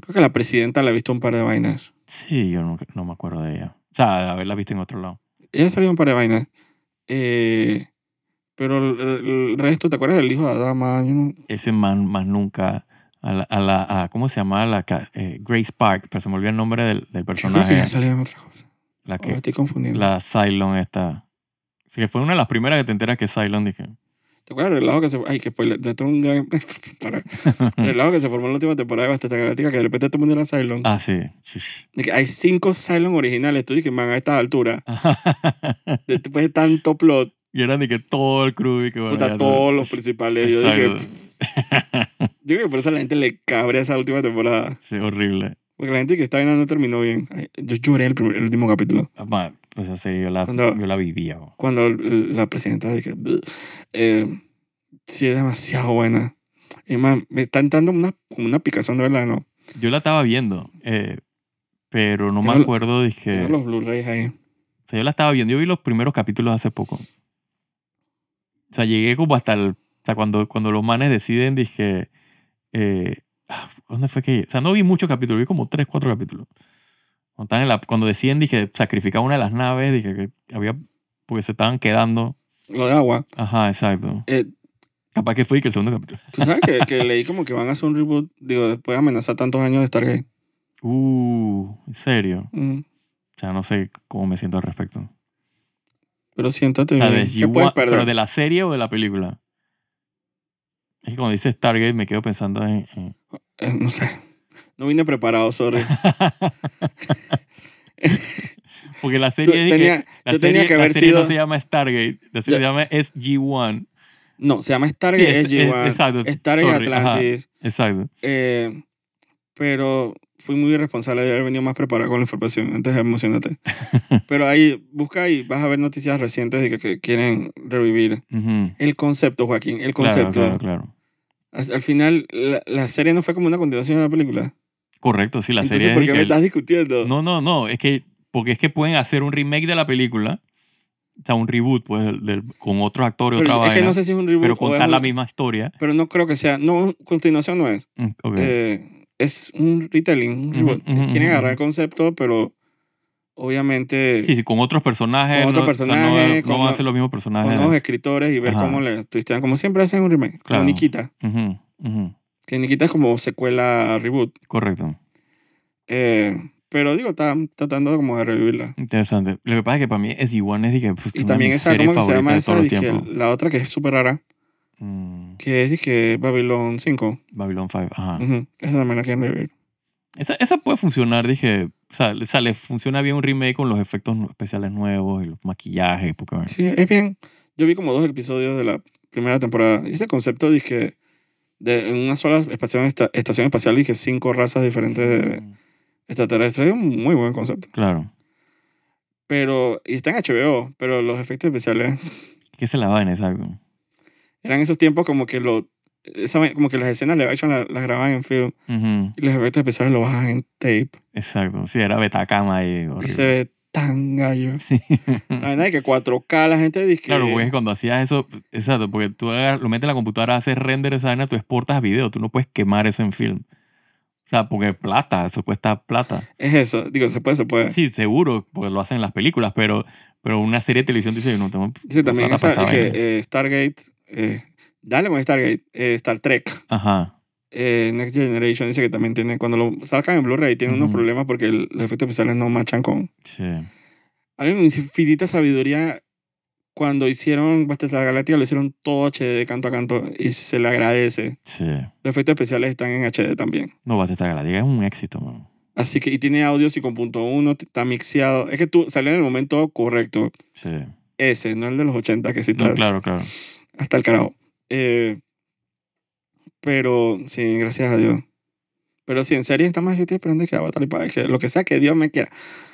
S1: Creo que la presidenta la ha visto un par de vainas.
S2: Sí, yo nunca- no me acuerdo de ella. O sea, de haberla visto en otro lado.
S1: Ella salió en un par de vainas. Eh, pero el, el resto, ¿te acuerdas del hijo de Adama? Yo no-
S2: Ese man más nunca. A la, a la- a- ¿cómo se llamaba? La, ca- eh, Grace Park, pero se me olvidó el nombre del,
S1: Yo creo que
S2: del personaje.
S1: ya Oh, salió en otra cosa.
S2: La
S1: O me
S2: que,
S1: estoy confundiendo.
S2: la Cylon esta. Así que fue una de las primeras que te enteras que Cylon dije.
S1: ¿Te acuerdas del relajo que se... Ay, que spoiler. De todo un gran... (laughs) para. El relajo que se formó en la última temporada de Batista Galáctica que de repente todo el mundo era Cylon.
S2: Ah, sí. Shush.
S1: De que hay cinco Cylon originales. Tú dices, man, a estas alturas,
S2: (laughs)
S1: después de tanto plot,
S2: y eran de que todo el crew y que bueno,
S1: puta,
S2: ya-
S1: todos los principales. Yo dije,
S2: Exacto.
S1: yo creo que por eso a la gente le cabrea esa última temporada.
S2: Sí, horrible.
S1: Porque la gente que está viendo no terminó bien. Ay, yo lloré el, primer- el último capítulo.
S2: Apá, pues esa serie yo la,
S1: Cuando-
S2: yo la vivía. bo.
S1: Cuando el- la presidenta dije, "Bleh". eh, sí, es demasiado buena. Y man, me está entrando una, como una picazón de verdad, ¿no?
S2: Yo la estaba viendo. eh, Pero no
S1: Tengo
S2: me
S1: lo-
S2: acuerdo, dije...
S1: Tengo los Blu-rays ahí.
S2: O sea, yo la estaba viendo. Yo vi los primeros capítulos hace poco. O sea, llegué como hasta el... O sea, cuando, cuando los manes deciden, dije... eh, ah, ¿Dónde fue que...? O sea, no vi muchos capítulos. Vi como tres, cuatro capítulos. Cuando, estaban en la- cuando deciden, dije, sacrificar una de las naves. Dije que había... Porque se estaban quedando.
S1: Lo de agua.
S2: Ajá, exacto.
S1: Eh,
S2: Capaz que fue que el segundo capítulo.
S1: Tú sabes que, que leí como que van a hacer un reboot, digo, después de amenazar tantos años de Stargate.
S2: Uh, en serio.
S1: Mm.
S2: O sea, no sé cómo me siento al respecto.
S1: Pero siéntate
S2: O sea,
S1: bien.
S2: de
S1: ¿Qué
S2: You
S1: puedes
S2: Want- ¿Pero
S1: perder?
S2: de la serie o de la película? Es que cuando dice Stargate me quedo pensando en... en-
S1: Eh, no sé. No vine preparado, sorry.
S2: Porque la
S1: Tú-
S2: serie... dije-
S1: tenía,
S2: la
S1: yo tenía
S2: serie-
S1: que
S2: la
S1: haber
S2: serie
S1: sido.
S2: no se llama Stargate, la serie se llama SG-1.
S1: No, se llama Stargate
S2: Sí, es-
S1: SG-1.
S2: es- exacto,
S1: Stargate
S2: sorry, ajá.
S1: Atlantis.
S2: Exacto.
S1: eh, pero fui muy irresponsable de haber venido más preparado con la información. Antes
S2: (laughs)
S1: emocionate. pero ahí, busca y vas a ver noticias recientes de que, que quieren revivir
S2: Ujú.
S1: el concepto, Joaquín. El
S2: Claro,
S1: concepto.
S2: claro, claro.
S1: Al, al final, la, la serie no fue como una continuación de la película.
S2: Correcto, sí, la
S1: Entonces,
S2: serie... es
S1: ¿por
S2: de
S1: qué
S2: que
S1: me
S2: el-
S1: estás discutiendo?
S2: No, no, no, es que... Porque es que pueden hacer un remake de la película, o sea, un reboot, pues, del- del- con otro actor y
S1: Pero
S2: otra
S1: es
S2: vaina,
S1: que no sé si es un reboot
S2: pero
S1: o
S2: contar
S1: es
S2: la
S1: un-
S2: misma historia.
S1: Pero no creo que sea. No, continuación no es.
S2: Mm, ok.
S1: Eh, es un retelling, un
S2: Ujú,
S1: reboot.
S2: ujú,
S1: Quieren
S2: ujú,
S1: agarrar el
S2: ujú.
S1: concepto, pero obviamente
S2: Sí, sí, con otros personajes.
S1: Con otros
S2: no, o sea, no-
S1: personajes,
S2: no,
S1: con
S2: van a
S1: lo-
S2: ser los mismos personajes.
S1: con nuevos escritores y ver
S2: Ajá.
S1: cómo le twistean. Como siempre hacen un remake. Como
S2: Claro.
S1: Nikita.
S2: Ujú, ujú,
S1: Que Nikita es como secuela a reboot.
S2: Correcto.
S1: Eh, pero digo, están tratando como de revivirla.
S2: Interesante. Lo que pasa es que para mí es igual es de que, pues,
S1: Y
S2: una
S1: también
S2: de mis
S1: esa,
S2: series
S1: ¿cómo que se
S2: favoritas
S1: llama
S2: de
S1: esa?
S2: todos los
S1: Dije,
S2: tiempos.
S1: la otra que es súper rara,
S2: Mm,
S1: que es dije, Babylon 5.
S2: Babylon 5. Ajá.
S1: Ujú, Esa también la quieren revivir.
S2: Esa, esa puede funcionar, dije. O sea, le- o sea, le funciona bien un remake con los efectos nu- especiales nuevos y los maquillajes. Porque, bueno,
S1: Sí, es bien. Yo vi como dos episodios de la primera temporada. Y ese concepto dije de en una sola espación, esta- estación espacial dije cinco razas diferentes de
S2: mm,
S1: extraterrestres. Es un muy buen concepto.
S2: Claro.
S1: Pero, y está en HBO, pero los efectos especiales (laughs)
S2: ¿Qué se la vaina, exacto?
S1: eran esos tiempos como que lo esa vaina- como que las escenas live action la- las, grababan en film
S2: Ujú,
S1: y los efectos especiales lo bajan en tape.
S2: Exacto. Sí, era Betacama ahí.
S1: Y se ve tan gallo.
S2: (laughs) Sí.
S1: La verdad es que 4K la gente dice que-
S2: Claro, porque es que cuando hacías eso, exacto, porque tú agarras- lo metes en la computadora, haces render esa vaina, tú exportas video, tú no puedes quemar eso en film. O sea, porque es plata, eso cuesta plata.
S1: es eso. Digo, se puede, se puede.
S2: Sí, seguro, porque lo hacen en las películas, pero, pero una serie de televisión dice, no tengo
S1: Dice también
S2: plata
S1: esa,
S2: para esta
S1: dije,
S2: vaina.
S1: eh, Stargate, eh, dale con Stargate, eh, Star Trek,
S2: Ajá,
S1: eh, Next Generation, dice que también tiene, cuando lo sacan en Blu-ray tiene unos
S2: Ujú.
S1: problemas porque el- los efectos especiales no machan con...
S2: sí.
S1: Alguien con infinita sabiduría, cuando hicieron Battlestar Galactica, lo hicieron todo HD de canto a canto y se le agradece.
S2: Sí.
S1: Los efectos especiales están en HD también.
S2: No vas a estar Galáctica, es un éxito, man.
S1: Así que, y tiene audio 5.1, t- está mixeado. Es que tú salió en el momento correcto.
S2: Sí.
S1: Ese, no el de los 80, que sí
S2: No,
S1: está
S2: claro, claro.
S1: hasta el carajo. Eh, pero sí, gracias a Dios. Pero sí, en series está más yo estoy esperando que Avatar y para que lo que sea que Dios me quiera.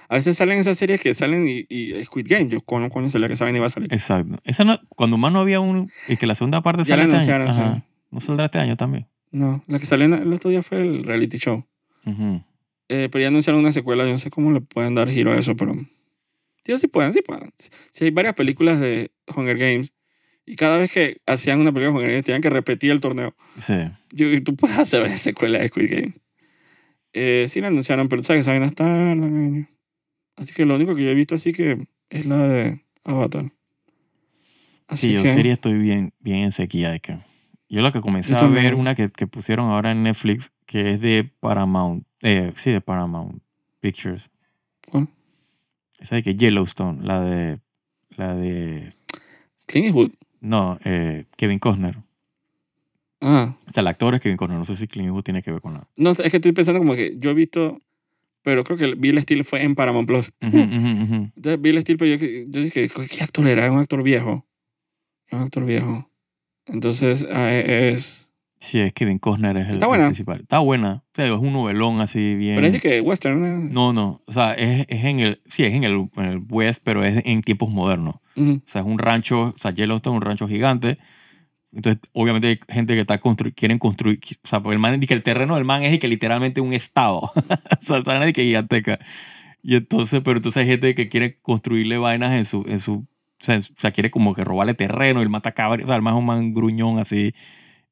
S1: A veces salen esas series que salen y, y Squid Game. Yo con coño sabía que saben iba a salir.
S2: Exacto. Esa no- cuando más no había un... Y que la segunda parte
S1: Ya
S2: sale
S1: la
S2: este año.
S1: anunciaron,
S2: Ajá. No saldrá este año también.
S1: No, la que salió en- el otro día fue el reality show.
S2: Ujú.
S1: Eh, pero ya anunciaron una secuela. Yo no sé cómo le pueden dar giro a eso, pero. Sí, sí pueden, sí pueden. Si hay varias películas de Hunger Games y cada vez que hacían una película de Hunger Games tenían que repetir el torneo.
S2: Sí.
S1: Yo, digo, tú puedes hacer una secuela de Squid Game. Eh, sí la anunciaron, pero tú sabes que saben hasta tardan años. Así que lo único que yo he visto así que es la de Avatar. Así
S2: Sí, yo
S1: que
S2: serie estoy bien, bien en sequía. es que yo la que comencé
S1: Yo
S2: a
S1: también.
S2: ver, una que, que pusieron ahora en Netflix, que es de Paramount. Eh, sí, de Paramount Pictures.
S1: ¿Cuál?
S2: Esa de que Yellowstone, la de. La de.
S1: Clint Eastwood.
S2: No, eh, Kevin Costner.
S1: Ah,
S2: O sea, el actor es Kevin Costner. No sé si Clint Eastwood tiene que ver con nada.
S1: no, es que estoy pensando como que yo he visto, pero creo que Bill Steele fue en Paramount Plus.
S2: Ujú, ujú, ujú.
S1: Entonces Bill Steele, pero yo, yo dije, ¿qué actor era? Es un actor viejo. Es un actor viejo. Entonces ah, es...
S2: Sí, es Kevin Costner es el,
S1: Está
S2: el
S1: buena.
S2: principal. Está buena. O sea, es un novelón así bien.
S1: Pero es de que western. ¿eh?
S2: No, no. O sea, es, es en el. Sí, es en el, en el West, pero es en tiempos modernos.
S1: Ujú.
S2: O sea, es un rancho, o sea, Yellowstone es un rancho gigante, Entonces, obviamente hay gente que está constru quieren construir, o sea, porque el, man, que el terreno del man es y que literalmente un estado, (laughs) o sea, esa vaina de que giganteca. Y entonces, pero entonces hay gente que quiere construirle vainas en su, en su, o sea, en su- o sea, quiere como que robarle terreno, el mata cabra, o sea, el man es un man gruñón así.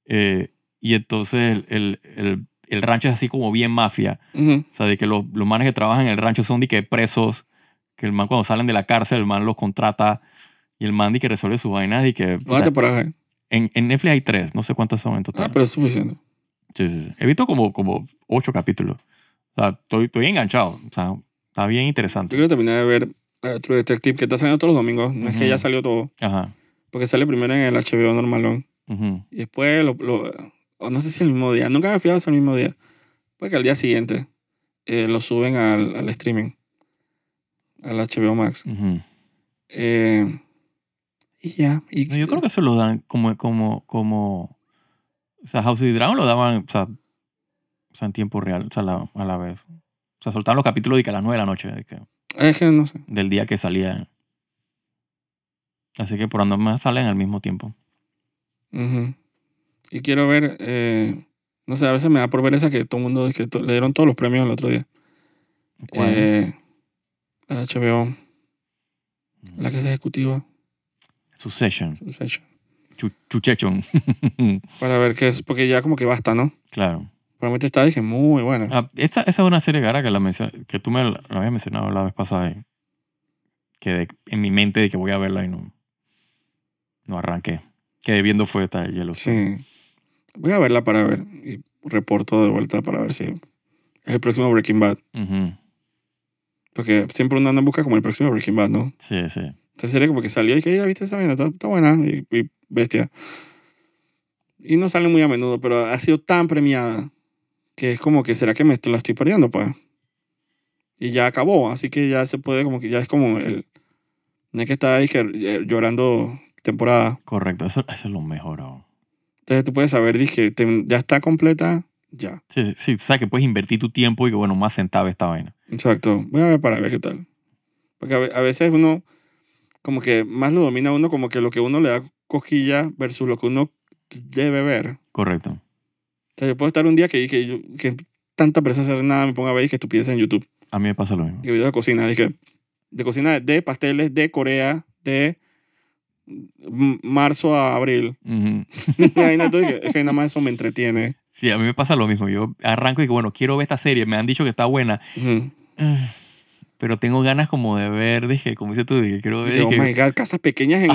S2: Eh, y entonces el, el, el, el rancho es así como bien mafia.
S1: Ujú.
S2: O sea, de que los, los manes que trabajan en el rancho son de que presos, que el man cuando salen de la cárcel, el man los contrata y el man de que resuelve sus vainas y que...
S1: ¿Cuántas temporadas hay?
S2: en, en Netflix hay tres, no sé cuántas son en
S1: Ah,
S2: total.
S1: pero es suficiente.
S2: Sí, sí, sí. He visto como, como ocho capítulos. O sea, estoy, estoy enganchado. O sea, está bien
S1: Yo
S2: interesante.
S1: quiero terminar de ver eh, True Detective, que está saliendo todos los domingos. No es que
S2: Ujú.
S1: ya salió todo,
S2: Ajá.
S1: porque sale primero en el HBO normalón.
S2: Ujú.
S1: Y después, lo, lo- o no sé si el mismo día, nunca me he fijado si el mismo día. Puede que al día siguiente eh, lo suben al, al streaming, al HBO Max.
S2: Ujú.
S1: Eh, y ya. Y,
S2: No, yo creo que eso lo dan como... como, como o sea, House of the Dragon lo daban o sea, o sea, en tiempo real, o sea, la- a la vez. O sea, soltaban los capítulos de que a las nueve de la noche. de que-
S1: Es que no sé.
S2: del día que salía. Así que por andar más salen al mismo tiempo.
S1: Ujú. Y quiero ver, eh, no sé, a veces me da por ver esa que todo el mundo, que to- le dieron todos los premios el otro día.
S2: ¿Cuál? Mm.
S1: Eh, la de HBO, la que es ejecutiva,
S2: Succession.
S1: o sea,
S2: Chu- Chuchechon. (laughs)
S1: para ver qué es, porque ya como que basta, ¿no?
S2: claro.
S1: Realmente está, dije, muy buena.
S2: Ah, esta, esa es una serie cara que, la mencio- que tú me la la habías mencionado la vez pasada. y que de- en mi mente de que voy a verla y no, no arranqué. Quedé viendo fue esta de Yellow.
S1: Sí. Voy a verla para ver y reporto de vuelta para ver si es el próximo Breaking Bad.
S2: Ujú.
S1: Porque siempre uno anda en busca como el próximo Breaking Bad, ¿no?
S2: Sí, sí.
S1: Entonces sería como que salió y que ya viste esa vaina, está, está buena y, y bestia. Y no sale muy a menudo, pero ha sido tan premiada que es como que será que me est- la estoy perdiendo, pues. Y ya acabó, así que ya se puede como que ya es como el... No es que está ahí que, eh, llorando temporada.
S2: Correcto. Eso, eso es lo mejor ahora.
S1: Entonces tú puedes saber, dije, tem- ya está completa, ya.
S2: Sí, sí. O sea, que puedes invertir tu tiempo y que, bueno, más sentado esta vaina.
S1: Exacto. Voy a ver para ver qué tal. Porque a, ve- a veces uno, como que más lo domina uno, como que lo que uno le da cosquilla versus lo que uno debe ver.
S2: Correcto.
S1: O sea, yo puedo estar un día que, que, yo- que tanta presa hacer nada, me ponga a ver y que estupideces en YouTube.
S2: A mí me pasa lo mismo.
S1: Que videos de cocina, dije, de cocina de pasteles, de Corea, de m- marzo a abril. (laughs)
S2: Ujú.
S1: Ahí no, entonces, es que nada más eso me entretiene.
S2: Sí, a mí me pasa lo mismo. Yo arranco y que, bueno, quiero ver esta serie. Me han dicho que está buena.
S1: Ujú.
S2: Pero tengo ganas como de ver, dije, como dices tú, dije, quiero ver.
S1: Dije, oh
S2: dije,
S1: my God, casas pequeñas en,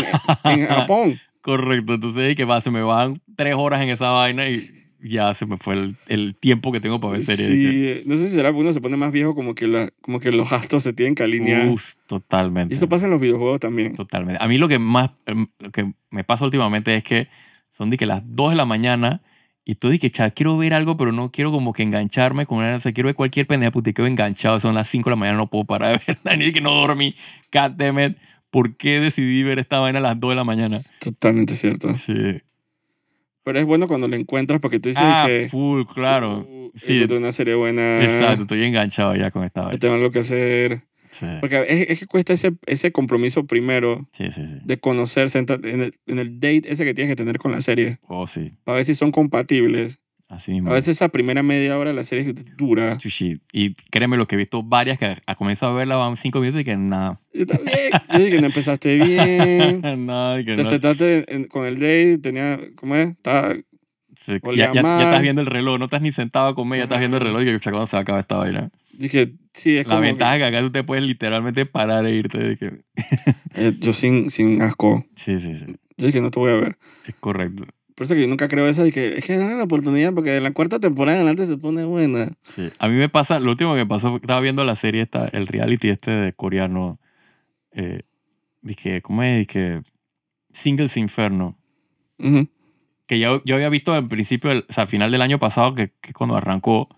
S1: en Japón.
S2: correcto. Entonces dije, va, se me van tres horas en esa vaina y ya se me fue el, el tiempo que tengo para ver series. dije,
S1: Sí, no sé si será porque uno se pone más viejo, como que, la, como que los gastos se tienen que alinear.
S2: "Us, totalmente.
S1: y eso pasa en los videojuegos también.
S2: Totalmente. A mí lo que más em, lo que me pasa últimamente es que son de que las 2 de la mañana y tú dije, chat, quiero ver algo, pero no quiero como que engancharme con una. O sea, quiero ver cualquier pendeja, porque quedo enganchado. Son las 5 de la mañana, no puedo parar (laughs) de verla. Ni que no dormí. God damn it. ¿Por qué decidí ver esta vaina a las 2 de la mañana?
S1: Totalmente cierto.
S2: Sí.
S1: Pero es bueno cuando lo encuentras porque tú dices
S2: Ah,
S1: que...
S2: full, claro.
S1: Uh,
S2: Sí.
S1: encontré una serie buena.
S2: Exacto, estoy enganchado ya con esta
S1: No
S2: vaina.
S1: tengo lo que hacer.
S2: Sí,
S1: Porque es, es que cuesta ese, ese compromiso primero
S2: sí, sí. sí.
S1: de conocerse en, ta- en el, en el date ese que tienes que tener con la serie.
S2: Oh, sí.
S1: Para ver si son compatibles.
S2: Así mismo.
S1: A veces esa primera media hora de la serie es dura.
S2: Chuchi. Y créeme, lo que he visto varias que a comienzo a verla van 5 minutos y que nada.
S1: Y está bien. Yo dije que no empezaste (laughs) bien.
S2: (laughs) no, que
S1: Te
S2: no.
S1: sentaste en- con el date, tenía, ¿cómo es? Estaba-
S2: Sí,
S1: olía
S2: ya, ya, ya
S1: mal.
S2: estás viendo el reloj, no estás ni sentado a comer, ya estás viendo el reloj y que cuando se va a acabar esta vaina.
S1: dije, sí, es
S2: La
S1: como que-
S2: ventaja es que acá tú te puedes literalmente parar e irte. de que-
S1: Eh, yo sin, sin asco.
S2: Sí, sí, sí.
S1: Yo dije, no te voy a ver.
S2: Es correcto.
S1: Por eso que yo nunca creo eso. Dije, es que dale la oportunidad porque de la cuarta temporada en adelante se pone buena.
S2: Sí. A mí me pasa, lo último que me pasó, fue que estaba viendo la serie, esta, el reality este de coreano. Eh, dije, ¿cómo es? Dije, Singles Inferno.
S1: Ujú.
S2: Que ya, yo había visto al principio, el- o sea, al final del año pasado, que, que cuando arrancó,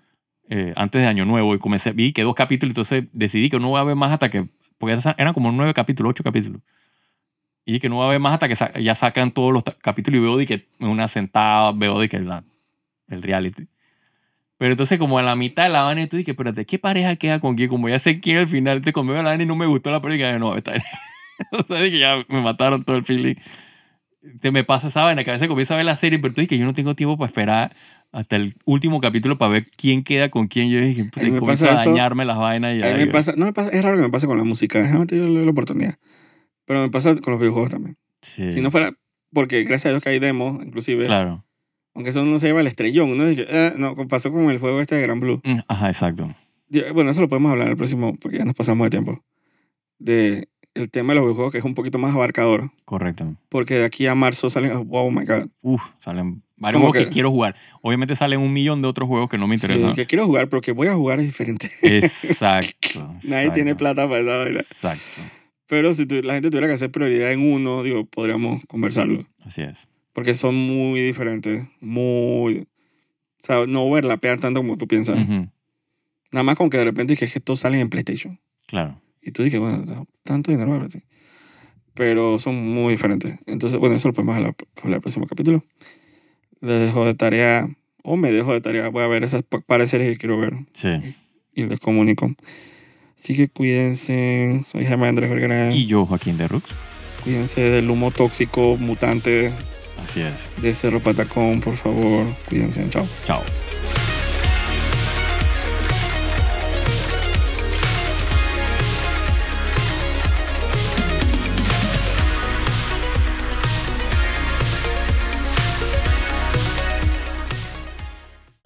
S2: eh, antes de Año Nuevo, y comencé, vi que dos capítulos, entonces decidí que no voy a ver más hasta que. Porque esa- eran como nueve capítulos, ocho capítulos. Y dije que no voy a ver más hasta que sa- ya sacan todos los ta- capítulos y veo de que en una sentada, veo de que la, el reality. Pero entonces como a la mitad de la vaina, entonces dije, espérate, ¿qué pareja queda con quién? Como ya sé quién al final, te "Ah, (laughs) comió la vaina y no me gustó la película, y dije, no, está bien. O sea, dije, ya me mataron todo el feeling. te me pasa esa vaina que a veces comienzo a ver la serie, pero tú dices que yo no tengo tiempo para esperar hasta el último capítulo para ver quién queda con quién. Yo dije,
S1: A mí me
S2: pues, comienza
S1: pasa
S2: a
S1: eso.
S2: dañarme las vainas y
S1: A
S2: ya.
S1: mí me
S2: yo-
S1: pasa, no me pasa, es raro que me pase con la música, realmente yo le doy la oportunidad. Pero me pasa con los videojuegos también.
S2: Sí,
S1: Si no fuera, porque gracias a Dios que hay demos, inclusive,
S2: claro.
S1: aunque eso no se lleva el estrellón, uno dice, eh, no, pasó con el juego este de Gran Blue.
S2: Mm, Ajá, exacto.
S1: Yo- Bueno, eso lo podemos hablar el próximo, porque ya nos pasamos de tiempo. De el tema de los videojuegos que es un poquito más abarcador,
S2: Correcto. porque
S1: porque de aquí a marzo salen, oh, wow, my God.
S2: Uf, salen varios
S1: Como
S2: juegos que...
S1: que-
S2: quiero jugar. Obviamente salen un millón de otros juegos que no me
S1: Sí,
S2: interesan.
S1: que quiero jugar, pero que voy a jugar es diferente. (laughs)
S2: Exacto.
S1: Nadie
S2: exacto,
S1: tiene plata para esa vaina.
S2: Exacto.
S1: Pero si tu- la gente tuviera que hacer prioridad en uno, digo, podríamos conversarlo.
S2: Así es.
S1: Porque son muy diferentes. Muy. O sea, no overlapean tanto como tú piensas.
S2: Ujú,
S1: Nada más con que de repente dije que estos salen en PlayStation.
S2: Claro.
S1: Y tú dije, bueno, no, tanto dinero para PlayStation. Pero son muy diferentes. Entonces, bueno, eso lo podemos hablar, hablar el próximo capítulo. Les dejo de tarea. O me dejo de tarea. Voy a ver esas pa- pareceres que quiero ver.
S2: Sí.
S1: Y les comunico. Así que cuídense. Soy Jaime Andrés Vergara.
S2: Y yo, Joaquín de Rux.
S1: Cuídense del humo tóxico, mutante
S2: Así es.
S1: de Cerro Patacón, por favor. Cuídense, chao.
S2: Chao.